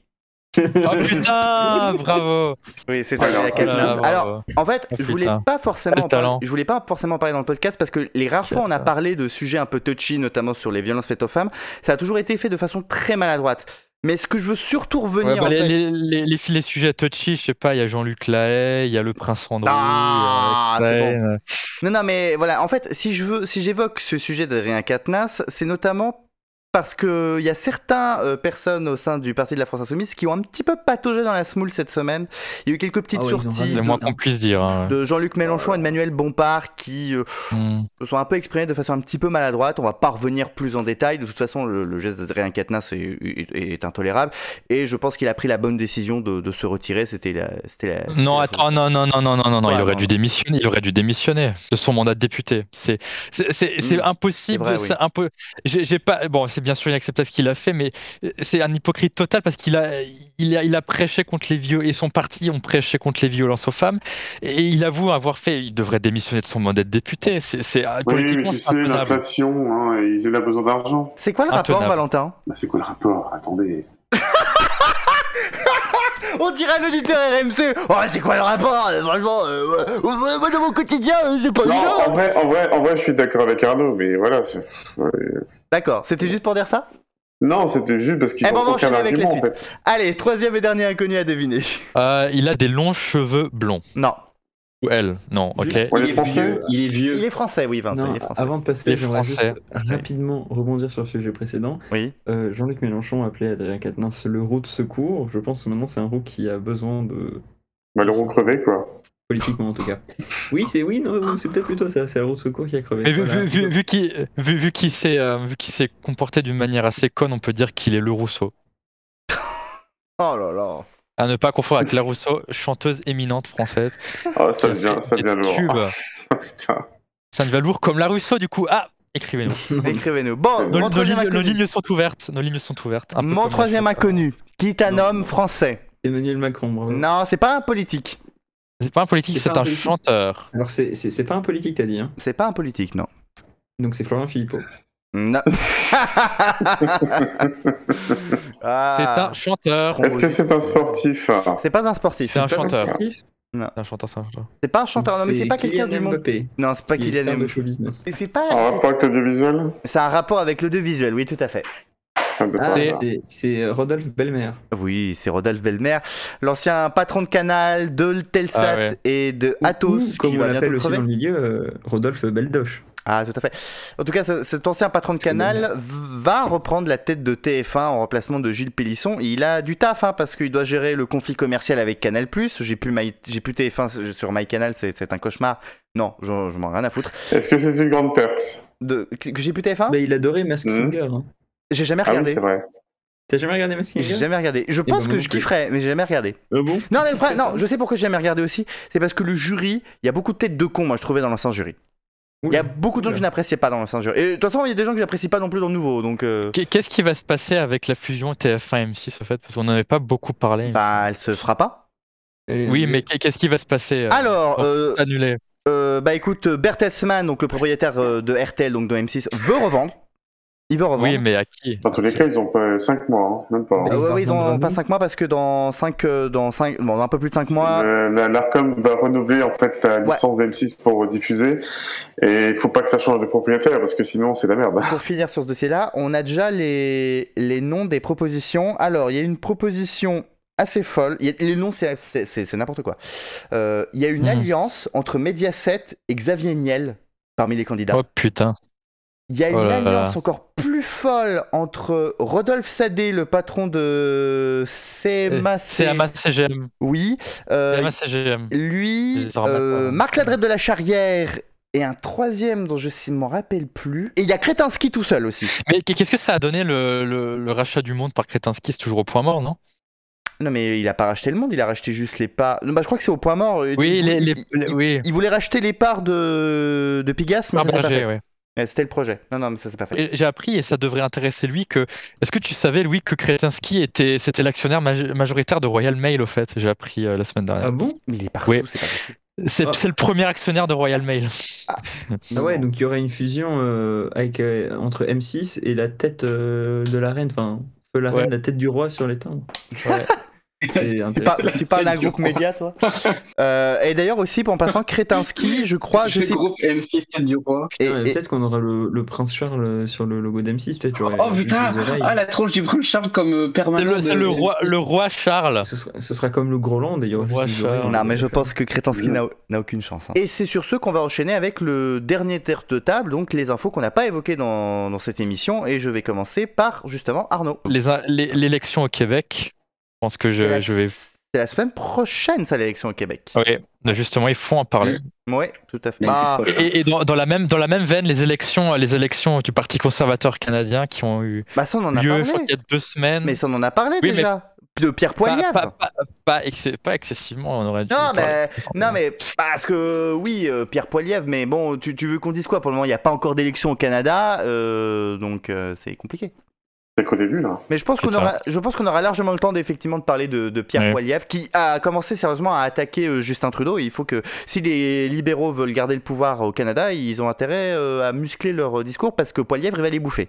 Oh putain, bravo
Oui, c'est
Oh là
Adrien
là,
Quatennens.
Ah, Voilà, bravo.
Alors, en fait,
Oh,
je voulais
putain.
pas forcément
Quel
en parler-
talent.
je voulais pas forcément parler dans le podcast parce que les rares fois on a
Quel
parlé de sujets un peu touchy notamment sur les violences faites aux femmes, ça a toujours été fait de façon très maladroite. Mais ce que je veux surtout revenir
Ouais, bah,
en
les,
fait-
les, les, les, les sujets touchy, je sais pas, il y a Jean-Luc Lahaye, il y a le prince Andrew.
Ah,
il y a Alex
c'est
Lane.
Non non mais voilà, en fait, si je veux si j'évoque ce sujet d'Adrien Quatennens, c'est notamment parce qu'il y a certaines personnes au sein du Parti de la France Insoumise qui ont un petit peu pataugé dans la semoule cette semaine. Il y a eu quelques petites
Ah ouais, ils ont
sorties
ramené
C'est le
de-
les
moins qu'on puisse dire. hein.
de Jean-Luc Mélenchon et de Manuel Bompard qui euh,
Hmm.
se sont un peu exprimés de façon un petit peu maladroite. On va pas revenir plus en détail. De toute façon, le, le geste d'Adrien Quatennens est, est- est intolérable. Et je pense qu'il a pris la bonne décision de, de se retirer. C'était la, c'était la- c'était
Non,
la-
attends, non, non, non, non, non, non, non,
Ouais,
il aurait
non.
dû démissionner, il aurait dû démissionner de son mandat de député. C'est, c'est, c'est, c'est
Mm.
impossible,
C'est vrai,
c'est un peu, j'ai, j'ai pas, bon, c'est bien sûr inacceptable ce qu'il a fait, mais c'est un hypocrite total parce qu'il a, il a, il a prêché contre les vieux et son parti ont prêché contre les violences aux femmes et il avoue avoir fait, il devrait démissionner de son mandat de député. C'est, c'est,
Oui, mais
politiquement,
tu
c'est
sais,
intenable.
l'inflation, hein, ils ont besoin d'argent.
C'est quoi le rapport,
Intenable.
Valentin
Bah, c'est quoi le rapport Attendez.
On dirait l'auditeur RMC. Oh, c'est quoi le rapport euh, Franchement, euh, euh, euh, moi, dans mon quotidien, euh, c'est pas
Non, en
évident.
vrai, en vrai, en vrai, je suis d'accord avec Arnaud, mais voilà. c'est- pff, ouais.
D'accord, c'était juste pour dire ça
Non, c'était juste parce qu'ils
Eh ben, on va
ont aucun
enchaîner avec
argument,
la
en fait.
Allez, troisième et dernier inconnu à deviner.
Euh, il a des longs cheveux blonds.
Non,
Ou elle, non, ok.
Juste-
On est
il, est
français
vieux, il est vieux.
il est français, oui, Vincent,
Non,
il est français.
avant de passer,
Les
j'aimerais juste
Français.
rapidement rebondir sur le sujet précédent.
Oui.
Euh, Jean-Luc Mélenchon appelait Adrien Quatennens le roux de secours. Je pense que maintenant c'est un roux qui a besoin de
Bah, l'auront crevé, quoi.
politiquement en tout cas. Oui, c'est oui, non, c'est peut-être plutôt ça. C'est un roux de secours qui a crevé.
Mais vu,
Voilà.
vu, vu, vu qu'il vu, vu qu'il s'est euh, vu qu'il s'est comporté d'une manière assez conne, on peut dire qu'il est le Rousseau.
Oh là là.
À ne pas confondre avec la Rousseau, chanteuse éminente française.
Ah, ça
qui a
devient,
fait
ça
des
devient
tubes.
lourd. Ah, putain.
Ça ne va lourd comme la Rousseau, du coup. Ah, écrivez-nous.
Écrivez-nous. Bon, mon
Nos, nos
troisième
lignes, nos
inconnu.
lignes sont ouvertes. Nos lignes sont ouvertes. un peu
Mon
comme la
troisième
chanteuse.
inconnu, qui est un
Non.
homme français.
Emmanuel Macron. bravo.
Non, c'est pas un politique.
C'est pas un politique,
C'est
c'est
pas un
un
politique.
chanteur.
Alors c'est- c'est c'est pas un politique, t'as dit. Hein.
C'est pas un politique, non.
Donc c'est Florian Philippot.
Non. Ah.
C'est un chanteur.
Est-ce que c'est un sportif hein
C'est pas un sportif.
C'est un
Pas
chanteur.
sportif,
C'est un chanteur, c'est un chanteur.
C'est pas un chanteur. Non, mais c'est pas quelqu'un
Kylian
du monde.
Mbappé,
Non, c'est pas
qui est
Kylian
star de
Mbappé.
show business.
C'est
En
pas.
Oh.
rapport avec l'audiovisuel
C'est un rapport avec l'audiovisuel, oui, tout à fait.
Ah, de
Ah,
quoi,
Des-
ça
c'est- c'est euh, Rodolphe Belmer.
Oui, c'est Rodolphe Belmer, l'ancien patron de Canal, de Telsat
Ah ouais.
et de Atos.
Ou,
qui
comme on
va bientôt
l'appelle aussi
crever.
dans le milieu, euh, Rodolphe Beldoche.
Ah, tout à fait. En tout cas, ce- cet ancien patron de
C'est
Canal va reprendre la tête de TF1 en remplacement de Gilles Pélisson. Il a du taf, hein, parce qu'il doit gérer le conflit commercial avec Canal+. J'ai plus, My- j'ai plus TF1 sur MyCanal, c'est c'est un cauchemar. Non, je, je m'en ai rien à foutre.
Est-ce que c'est une grande
Ah,
perte
De, que que j'ai plus TF1
Bah, il adorait Mask
Mhm.
Singer. hein.
J'ai jamais
Ah oui,
regardé.
c'est vrai.
T'as jamais regardé Mask
j'ai
Singer
jamais regardé. Je pense
ben, moi
que
non
je
plus.
kifferais, mais j'ai jamais regardé.
Ah bon
Non, mais le problème-
C'est
non,
ça.
je sais pourquoi j'ai jamais regardé aussi. C'est parce que le jury, il y a beaucoup de têtes de cons, moi, je trouvais dans l'ancien jury. Il y a beaucoup de gens que je n'appréciais pas dans l'ancien jury. Et de toute façon, il y a des gens que j'apprécie pas non plus dans le nouveau. Donc, euh,
Qu'est- Qu'est-ce qui va se passer avec la fusion TF1 et M6 au fait Parce qu'on n'en avait pas beaucoup parlé. il me
bah, elle se fera pas.
Eh,
semble. Oui, mais qu'est- qu'est-ce qui va se passer euh,
Alors,
quand
euh,
c'est annulé
Euh, bah écoute, Bertelsmann, donc le propriétaire euh, de RTL, donc de M6, veut revendre. Il veut revendre.
Oui, mais à qui
Dans tous les cas, ils ont pas 5 mois, hein, même pas. hein.
Ah ouais, ouais, ils ont
Revendre
pas
nous
5 mois parce que dans 5, dans cinq- bon, dans un peu plus de 5 mois,
Euh, la- L'ARCOM va renouveler en fait la
Ouais.
licence d'M6 pour diffuser et il faut pas que ça change de propriétaire parce que sinon c'est la merde.
pour finir sur ce dossier-là, on a déjà les, les noms des propositions. Alors, il y a une proposition assez folle. Il y a- les noms, c'est- c'est c'est- c'est n'importe quoi. Euh, il y a une
Mhm.
alliance entre Mediaset et Xavier Niel parmi les candidats.
Oh putain.
Il y a une
Oh là là.
alliance encore plus folle entre Rodolphe Sadé, le patron de CMAC.
Euh, C'est CGM.
Oui. euh,
CMA CGM.
lui,
Ils en remettent
euh,
pas.
Marc Ladrette de la Charrière et un troisième dont je ne m'en rappelle plus. Et il y a Kretinsky tout seul aussi.
Mais qu'est-ce que ça a donné le, le- le rachat du monde par Kretinsky C'est toujours au point mort, non
Non, mais il a pas racheté le monde, il a racheté juste les parts. Non, bah, je crois que c'est au point mort. euh,
Oui,
il,
les, les-
il-
les-
il-
oui.
il voulait racheter les parts de, de Pigas, mais ça, c'est pas
Barbager,
fait.
ouais.
Ouais, c'était le projet. Non, non, mais ça, c'est pas fait.
Et J'ai appris, et ça devrait intéresser lui, que. Est-ce que tu savais, Louis, que Kretinsky était, c'était l'actionnaire maj- majoritaire de Royal Mail, au fait J'ai appris euh, la semaine dernière.
Ah bon
Mais il est partout,
Oui.
c'est pas possible.
C'est
Ah.
c'est le premier actionnaire de Royal Mail.
Ah ouais, donc il y aurait une fusion euh, avec, euh, entre M6 et la tête euh, de la reine, enfin, feu la
Ouais.
reine, la tête du roi sur les timbres. C'est
Tu,
intéressant.
par- tu parles d'un
C'est dur.
groupe média, toi Euh, Et d'ailleurs, aussi, en passant, Kretinsky, je crois, Ah, je
le
sais.
groupe M6 du roi.
Et,
Ouais,
et-
Peut-être qu'on aura le, le prince Charles euh, sur le logo d'M6, peut-être. j'aurais
Oh
plus
putain
les oreilles.
Ah la tronche du prince Charles comme euh,
C'est
permanent.
le, c'est
de-
le roi, le roi Charles.
ce, sera, ce sera comme le Groland et il y aura
Ouais,
juste les
Charles.
oreilles.
Non, mais je pense que Kretinsky n'a n'a aucune chance. hein. Et c'est sur ce qu'on va enchaîner avec le dernier terre de table, donc les infos qu'on n'a pas évoquées dans, dans cette émission. Et je vais commencer par justement Arnaud.
Les in- les- L'élection au Québec. Je pense que
C'est
je,
la-
je vais.
C'est la semaine prochaine, ça, l'élection au Québec.
Ouais, justement, il faut en parler.
Ouais, tout à fait.
Mais
Ah,
c'est proche.
Et, et dans, dans la même, dans la même veine, les élections, les élections du Parti conservateur canadien qui ont eu
bah ça, on en a
lieu, je crois
parlé.
qu'il y a deux semaines.
Mais ça, on en a parlé
Oui, mais-
déjà. De Pierre Poilievre.
Pas, pas- pas- pas exce- pas excessivement, on aurait dû.
Non,
en parler.
mais, non, mais parce que oui, euh, Pierre Poilievre, mais bon, tu, tu veux qu'on dise quoi Pour le moment, il n'y a pas encore d'élection au Canada, euh, donc euh, c'est compliqué.
C'est qu'au début là.
Mais je pense qu'on
C'est ça.
aura, je pense qu'on aura largement le temps d'effectivement de parler de, de Pierre
Ouais.
Poilievre, qui a commencé sérieusement à attaquer euh, Justin Trudeau. Et il faut que si les libéraux veulent garder le pouvoir au Canada, ils ont intérêt euh, à muscler leur euh, discours parce que Poilievre il va les bouffer,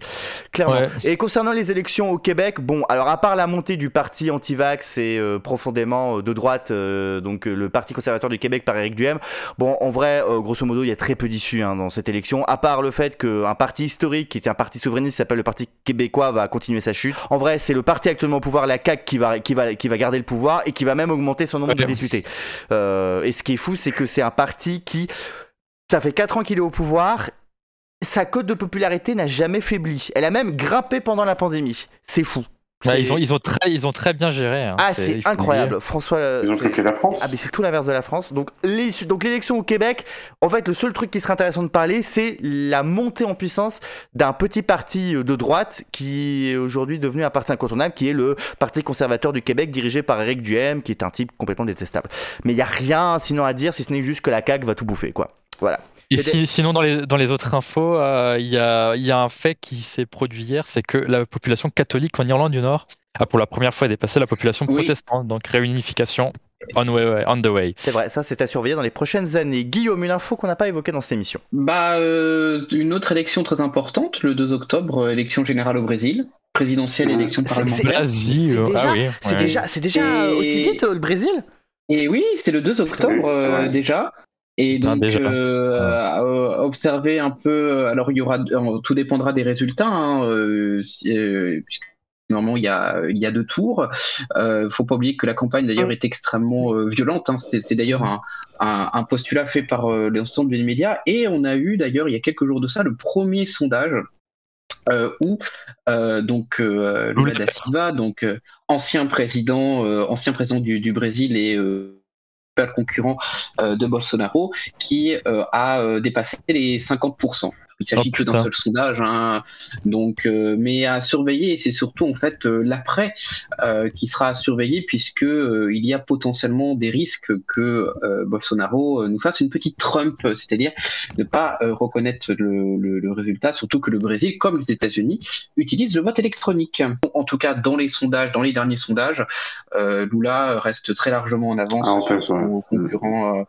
clairement.
Ouais.
Et concernant les élections au Québec, bon, alors à part la montée du parti anti-vax et euh, profondément euh, de droite, euh, donc euh, le Parti conservateur du Québec par Éric Duhem, bon, en vrai, euh, grosso modo, il y a très peu d'issues hein, dans cette élection, à part le fait qu'un parti historique, qui était un parti souverainiste, qui s'appelle le Parti québécois, va continuer sa chute. En vrai, c'est le parti actuellement au pouvoir, la CAQ, qui va, qui va, qui va garder le pouvoir et qui va même augmenter son nombre de
Ouais.
députés. Euh, et ce qui est fou, c'est que c'est un parti qui, ça fait 4 ans qu'il est au pouvoir sa cote de popularité n'a jamais faibli. Elle a même grimpé pendant la pandémie. C'est fou.
Ouais,
C'est-
Bah, ils, ont, ils, ont très, ils ont très bien géré. hein.
ah,
il
c'est
faut le
incroyable.
dire.
François. euh,
Ils ont
c'est-
bloqué la France.
Ah, mais c'est tout l'inverse de la France. Donc, les- donc l'élection au Québec, en fait, le seul truc qui serait intéressant de parler, c'est la montée en puissance d'un petit parti euh, de droite qui est aujourd'hui devenu un parti incontournable, qui est le Parti conservateur du Québec, dirigé par Éric Duhem, qui est un type complètement détestable. Mais il n'y a rien sinon à dire, si ce n'est juste que la CAQ va tout bouffer, quoi. Voilà.
Et
c'est
si- sinon, dans les, dans les autres infos, euh, il y, a, il y a un fait qui s'est produit hier c'est que la population catholique en Irlande du Nord a pour la première fois dépassé la population
Oui.
protestante. Donc, réunification on, way- on the way.
C'est vrai, ça c'est à surveiller dans les prochaines années. Guillaume, une info qu'on n'a pas évoquée dans cette émission.
Bah, euh, une autre élection très importante, le 2 octobre, euh, élection générale au Brésil, présidentielle,
Ah,
élection
c'est-
parlementaire.
c'est-
Brésil,
c'est
euh,
déjà-
ah oui.
C'est
ouais.
déjà, c'est déjà
Et-
euh, aussi vite euh, le Brésil
Et oui, c'est le 2 octobre
Oui, c'est vrai.
euh, déjà. Et
Putain,
donc,
déjà.
euh, euh, observer un peu. Alors, il y aura, euh, tout dépendra des résultats, hein, euh, si- euh, puisque normalement, il y a, il y a deux tours. Euh, faut pas oublier que la campagne, d'ailleurs, est extrêmement euh, violente. hein. C'est c'est d'ailleurs un, un- un postulat fait par euh, l'ensemble des médias. Et on a eu, d'ailleurs, il y a quelques jours de ça, le premier sondage euh, où euh, donc euh, Lula da Silva, donc euh, ancien président, euh, ancien président du, du Brésil et euh, pas concurrent euh, de Bolsonaro, qui euh, a euh, dépassé les 50%. Il s'agit
Oh,
que d'un
putain.
seul sondage, hein. donc euh, mais à surveiller. et C'est surtout en fait euh, l'après euh, qui sera à surveiller puisque euh, il y a potentiellement des risques que euh, Bolsonaro euh, nous fasse une petite Trump, c'est-à-dire ne pas euh, reconnaître le, le- le résultat, surtout que le Brésil, comme les États-Unis, utilise le vote électronique. En tout cas, dans les sondages, dans les derniers sondages, euh, Lula reste très largement en avance
Ah, en fait,
sur son
ouais.
concurrent. euh,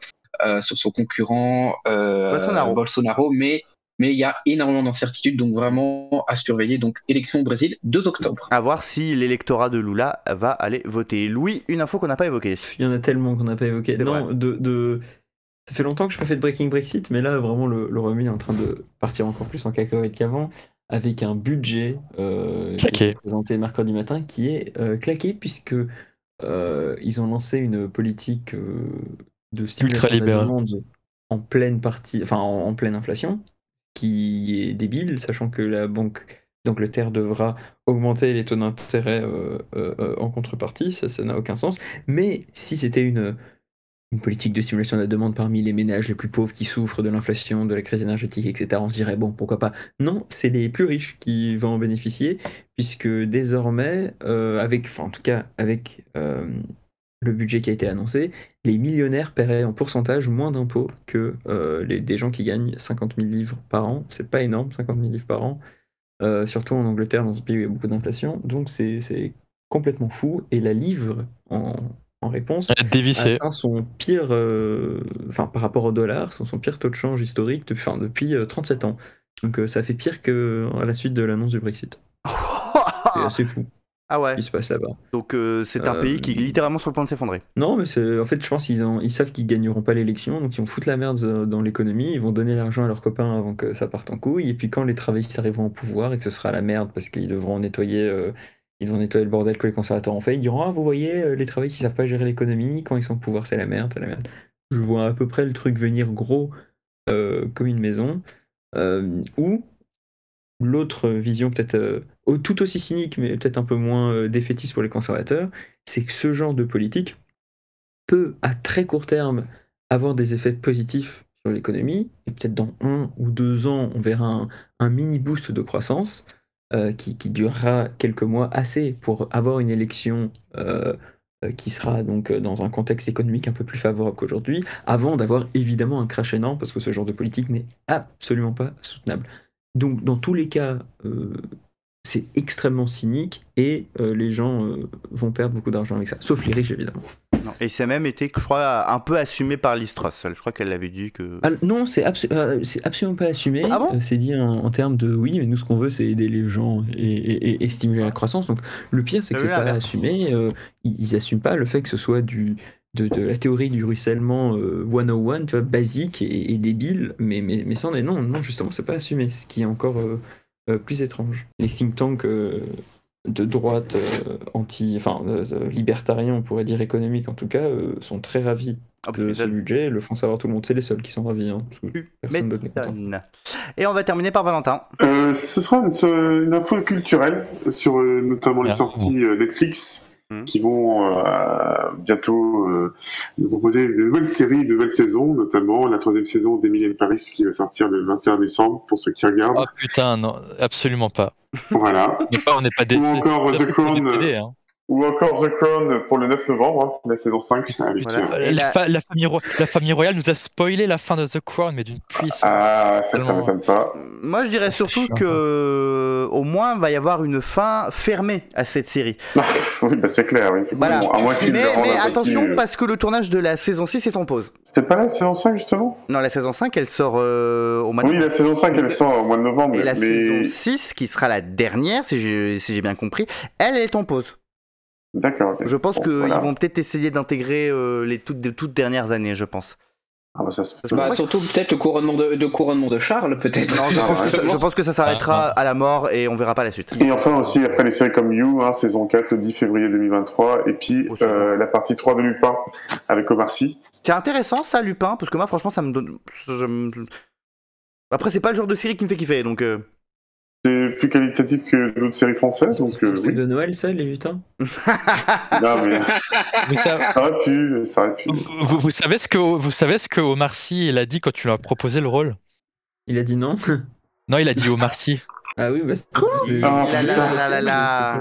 euh, sur son concurrent euh,
Bolsonaro.
Bolsonaro, mais mais il y a énormément d'incertitudes, donc vraiment à surveiller. Donc élection au Brésil, 2 octobre.
À voir si l'électorat de Lula va aller voter. Louis, une info qu'on n'a pas évoquée.
Il y en a tellement qu'on n'a pas évoqué.
C'est
Non, de, de- Ça fait longtemps que je n'ai pas fait de Breaking Brexit, mais là, vraiment, le, le remis est en train de partir encore plus en cacahuète qu'avant, avec un budget euh, qui
Claqué.
a été présenté mercredi matin qui est euh, claqué, puisque euh, ils ont lancé une politique euh, de stimulation de la
Ultra-libérale.
demande en pleine, partie, enfin, en, en pleine inflation, qui est débile, sachant que la Banque d'Angleterre devra augmenter les taux d'intérêt euh, euh, euh, en contrepartie, ça ça n'a aucun sens. Mais si c'était une, une politique de stimulation de la demande parmi les ménages les plus pauvres qui souffrent de l'inflation, de la crise énergétique, etc., on se dirait, bon, pourquoi pas. Non, c'est les plus riches qui vont en bénéficier, puisque désormais, euh, avec, enfin, en tout cas, avec euh, le budget qui a été annoncé, les millionnaires paieraient en pourcentage moins d'impôts que euh, les, des gens qui gagnent 50 000 livres par an. C'est pas énorme, 50 000 livres par an. Euh, surtout en Angleterre, dans un pays où il y a beaucoup d'inflation. Donc c'est c'est complètement fou. Et la livre, en, en réponse, a
Dévissé.
atteint son pire, euh, enfin par rapport au dollar, son, son pire taux de change historique depuis, enfin, depuis euh, 37 ans. Donc euh, ça fait pire que à la suite de l'annonce du Brexit. C'est assez fou
ah ouais,
ce qui se passe là-bas.
donc euh, c'est un
Euh,
pays qui est littéralement sur le point de s'effondrer.
Non, mais c'est- en fait, je pense qu'ils ont- ils savent qu'ils gagneront pas l'élection, donc ils vont foutre la merde euh, dans l'économie, ils vont donner l'argent à leurs copains avant que ça parte en couille, et puis quand les travaillistes arriveront au pouvoir et que ce sera la merde parce qu'ils devront nettoyer, euh, ils devront nettoyer le bordel que les conservateurs ont fait, ils diront Ah, vous voyez, euh, les travaillistes ils savent pas gérer l'économie, quand ils sont au pouvoir, c'est la merde, c'est la merde. Je vois à peu près le truc venir gros euh, comme une maison, euh, ou l'autre vision peut-être euh, au- tout aussi cynique, mais peut-être un peu moins euh, défaitiste pour les conservateurs, c'est que ce genre de politique peut, à très court terme, avoir des effets positifs sur l'économie, et peut-être dans un ou deux ans, on verra un, un mini boost de croissance euh, qui, qui durera quelques mois assez pour avoir une élection euh, euh, qui sera donc euh, dans un contexte économique un peu plus favorable qu'aujourd'hui, avant d'avoir évidemment un crash énorme, parce que ce genre de politique n'est absolument pas soutenable. Donc dans tous les cas, euh, c'est extrêmement cynique et euh, les gens euh, vont perdre beaucoup d'argent avec ça, sauf les riches évidemment.
Non. Et ça a même été, je crois, un peu assumé par Liz Truss. Je crois qu'elle l'avait dit que.
Ah, non, c'est abso- euh, c'est absolument pas assumé.
Ah bon
Euh, c'est dit en, en termes de oui, mais nous ce qu'on veut c'est aider les gens et, et- et- et stimuler la croissance. Donc le pire c'est que
Salut,
c'est pas
l'inverse.
assumé. Euh, ils, ils assument pas le fait que ce soit du, de, de la théorie du ruissellement euh, 101, tu vois, basique et, et débile, mais, mais, mais ça, on est non, non, justement c'est pas assumé, ce qui est encore euh, euh, plus étrange. Les think tanks euh, de droite euh, anti, enfin euh, euh, libertariens, on pourrait dire économique en tout cas, euh, sont très ravis
Ah,
de ce
putain.
budget, le font savoir tout le monde. C'est les seuls qui sont ravis. Hein, parce que personne d'autre n'est content.
M'étonne. Et on va terminer par Valentin.
Euh, ce sera une, ce- une info culturelle sur euh, notamment les
Ah,
sorties euh, Netflix
Mhm.
qui vont euh, bientôt euh, nous proposer de nouvelles séries, de nouvelles saisons, notamment la troisième saison d'Emily in Paris qui va sortir le 21 décembre pour ceux qui regardent.
Oh putain, non, absolument pas.
Voilà.
On n'est pas- on n'est pas des.
Ou encore The
des-
Crown,
des-
euh,
des- hein.
ou encore The Crown pour le 9 novembre, hein, la saison 5 avec,
Voilà.
euh,
Et la-
La, fa- la famille ro- la famille royale nous a spoilé la fin de The Crown, mais d'une puissance.
Ah, ça, ça
Tellement.
m'étonne pas.
Moi, je dirais
Ah, c'est
surtout
chiant, hein.
que, au moins, va y avoir une fin fermée à cette série.
oui, bah, c'est clair, oui. effectivement.
Voilà.
À moins
Mais,
qu'ils le rendent
mais
un peu
attention,
plus-
parce que le tournage de la saison 6 est en pause.
C'était pas là, la saison 5, justement
Non, la saison 5, elle sort euh, au mois de
Oui, la saison 5, elle sort au mois de novembre.
Et la
mais-
saison 6, qui sera la dernière, si j'ai si j'ai bien compris, elle est en pause.
D'accord. ok.
Je pense
Bon,
qu'ils
voilà.
vont peut-être essayer d'intégrer euh, les toutes, des toutes dernières années, je pense.
Ah, bah, ça se
Parce que-
peut.
Bah,
Ouais.
surtout peut-être le couronnement de, de couronnement de Charles, peut-être.
Non, je,
Ah,
pense,
ouais.
je pense que ça s'arrêtera à la mort et on verra pas la suite.
Et enfin aussi, après les séries comme You, hein, saison 4, le 10 février 2023, et puis
Oh, ça va.
euh, la partie 3 de Lupin avec Omar Sy.
C'est intéressant ça, Lupin, parce que moi, franchement, ça me donne. je me- Après, c'est pas le genre de série qui me fait kiffer, donc. euh,
C'est plus qualitatif que d'autres séries françaises, donc euh,
Le truc
oui.
de Noël, ça, les lutins
Non, mais Ah.
Vous, sa-
ça aurait pu, ça aurait pu.
vous- vous savez ce que vous savez ce que Omar Sy il a dit quand tu lui as proposé le rôle
Il a dit non.
Non, il a dit Omar Sy.
Ah oui, bah c'est. c'est-
Ah,
la, la,
putain.
la, la, la.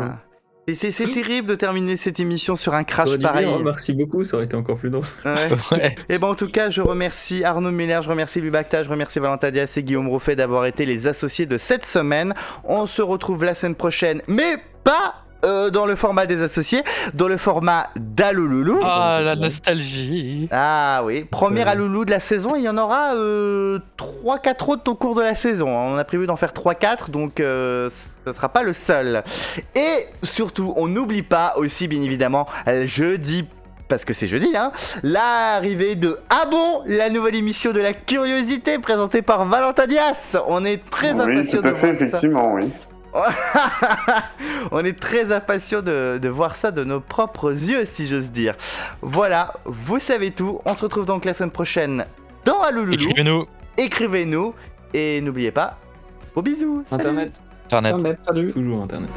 C'est- C'est c'est terrible de terminer cette émission sur un crash
J'aurais dû
pareil.
dire, oh, merci beaucoup, ça aurait été encore plus drôle.
Ouais.
Ouais.
Et ben en tout cas, je remercie Arnaud Miller, je remercie Lubacta, je remercie Valentin Dias et Guillaume Roffet d'avoir été les associés de cette semaine. On se retrouve la semaine prochaine, mais pas euh, dans le format des associés, dans le format d'Aloulou.
Ah, la nostalgie.
Ah oui, premier
Euh.
à loulou de la saison, il y en aura euh, 3-4 autres au cours de la saison. hein. On a prévu d'en faire 3-4, donc euh, ce ne sera pas le seul. Et surtout, on n'oublie pas aussi, bien évidemment, euh, jeudi, parce que c'est jeudi, hein, l'arrivée de Ah bon, la nouvelle émission de la curiosité présentée par Valentin Dias. On est très
oui,
impatients
tout
de
à fait,
voir ça.
effectivement, oui.
On est très impatients de, de voir ça de nos propres yeux, si j'ose dire. Voilà, vous savez tout. On se retrouve donc la semaine prochaine dans Allouloulou.
Écrivez-nous,
Écrivez-nous et n'oubliez pas, vos bisous. Salut.
Internet,
Internet.
toujours Internet.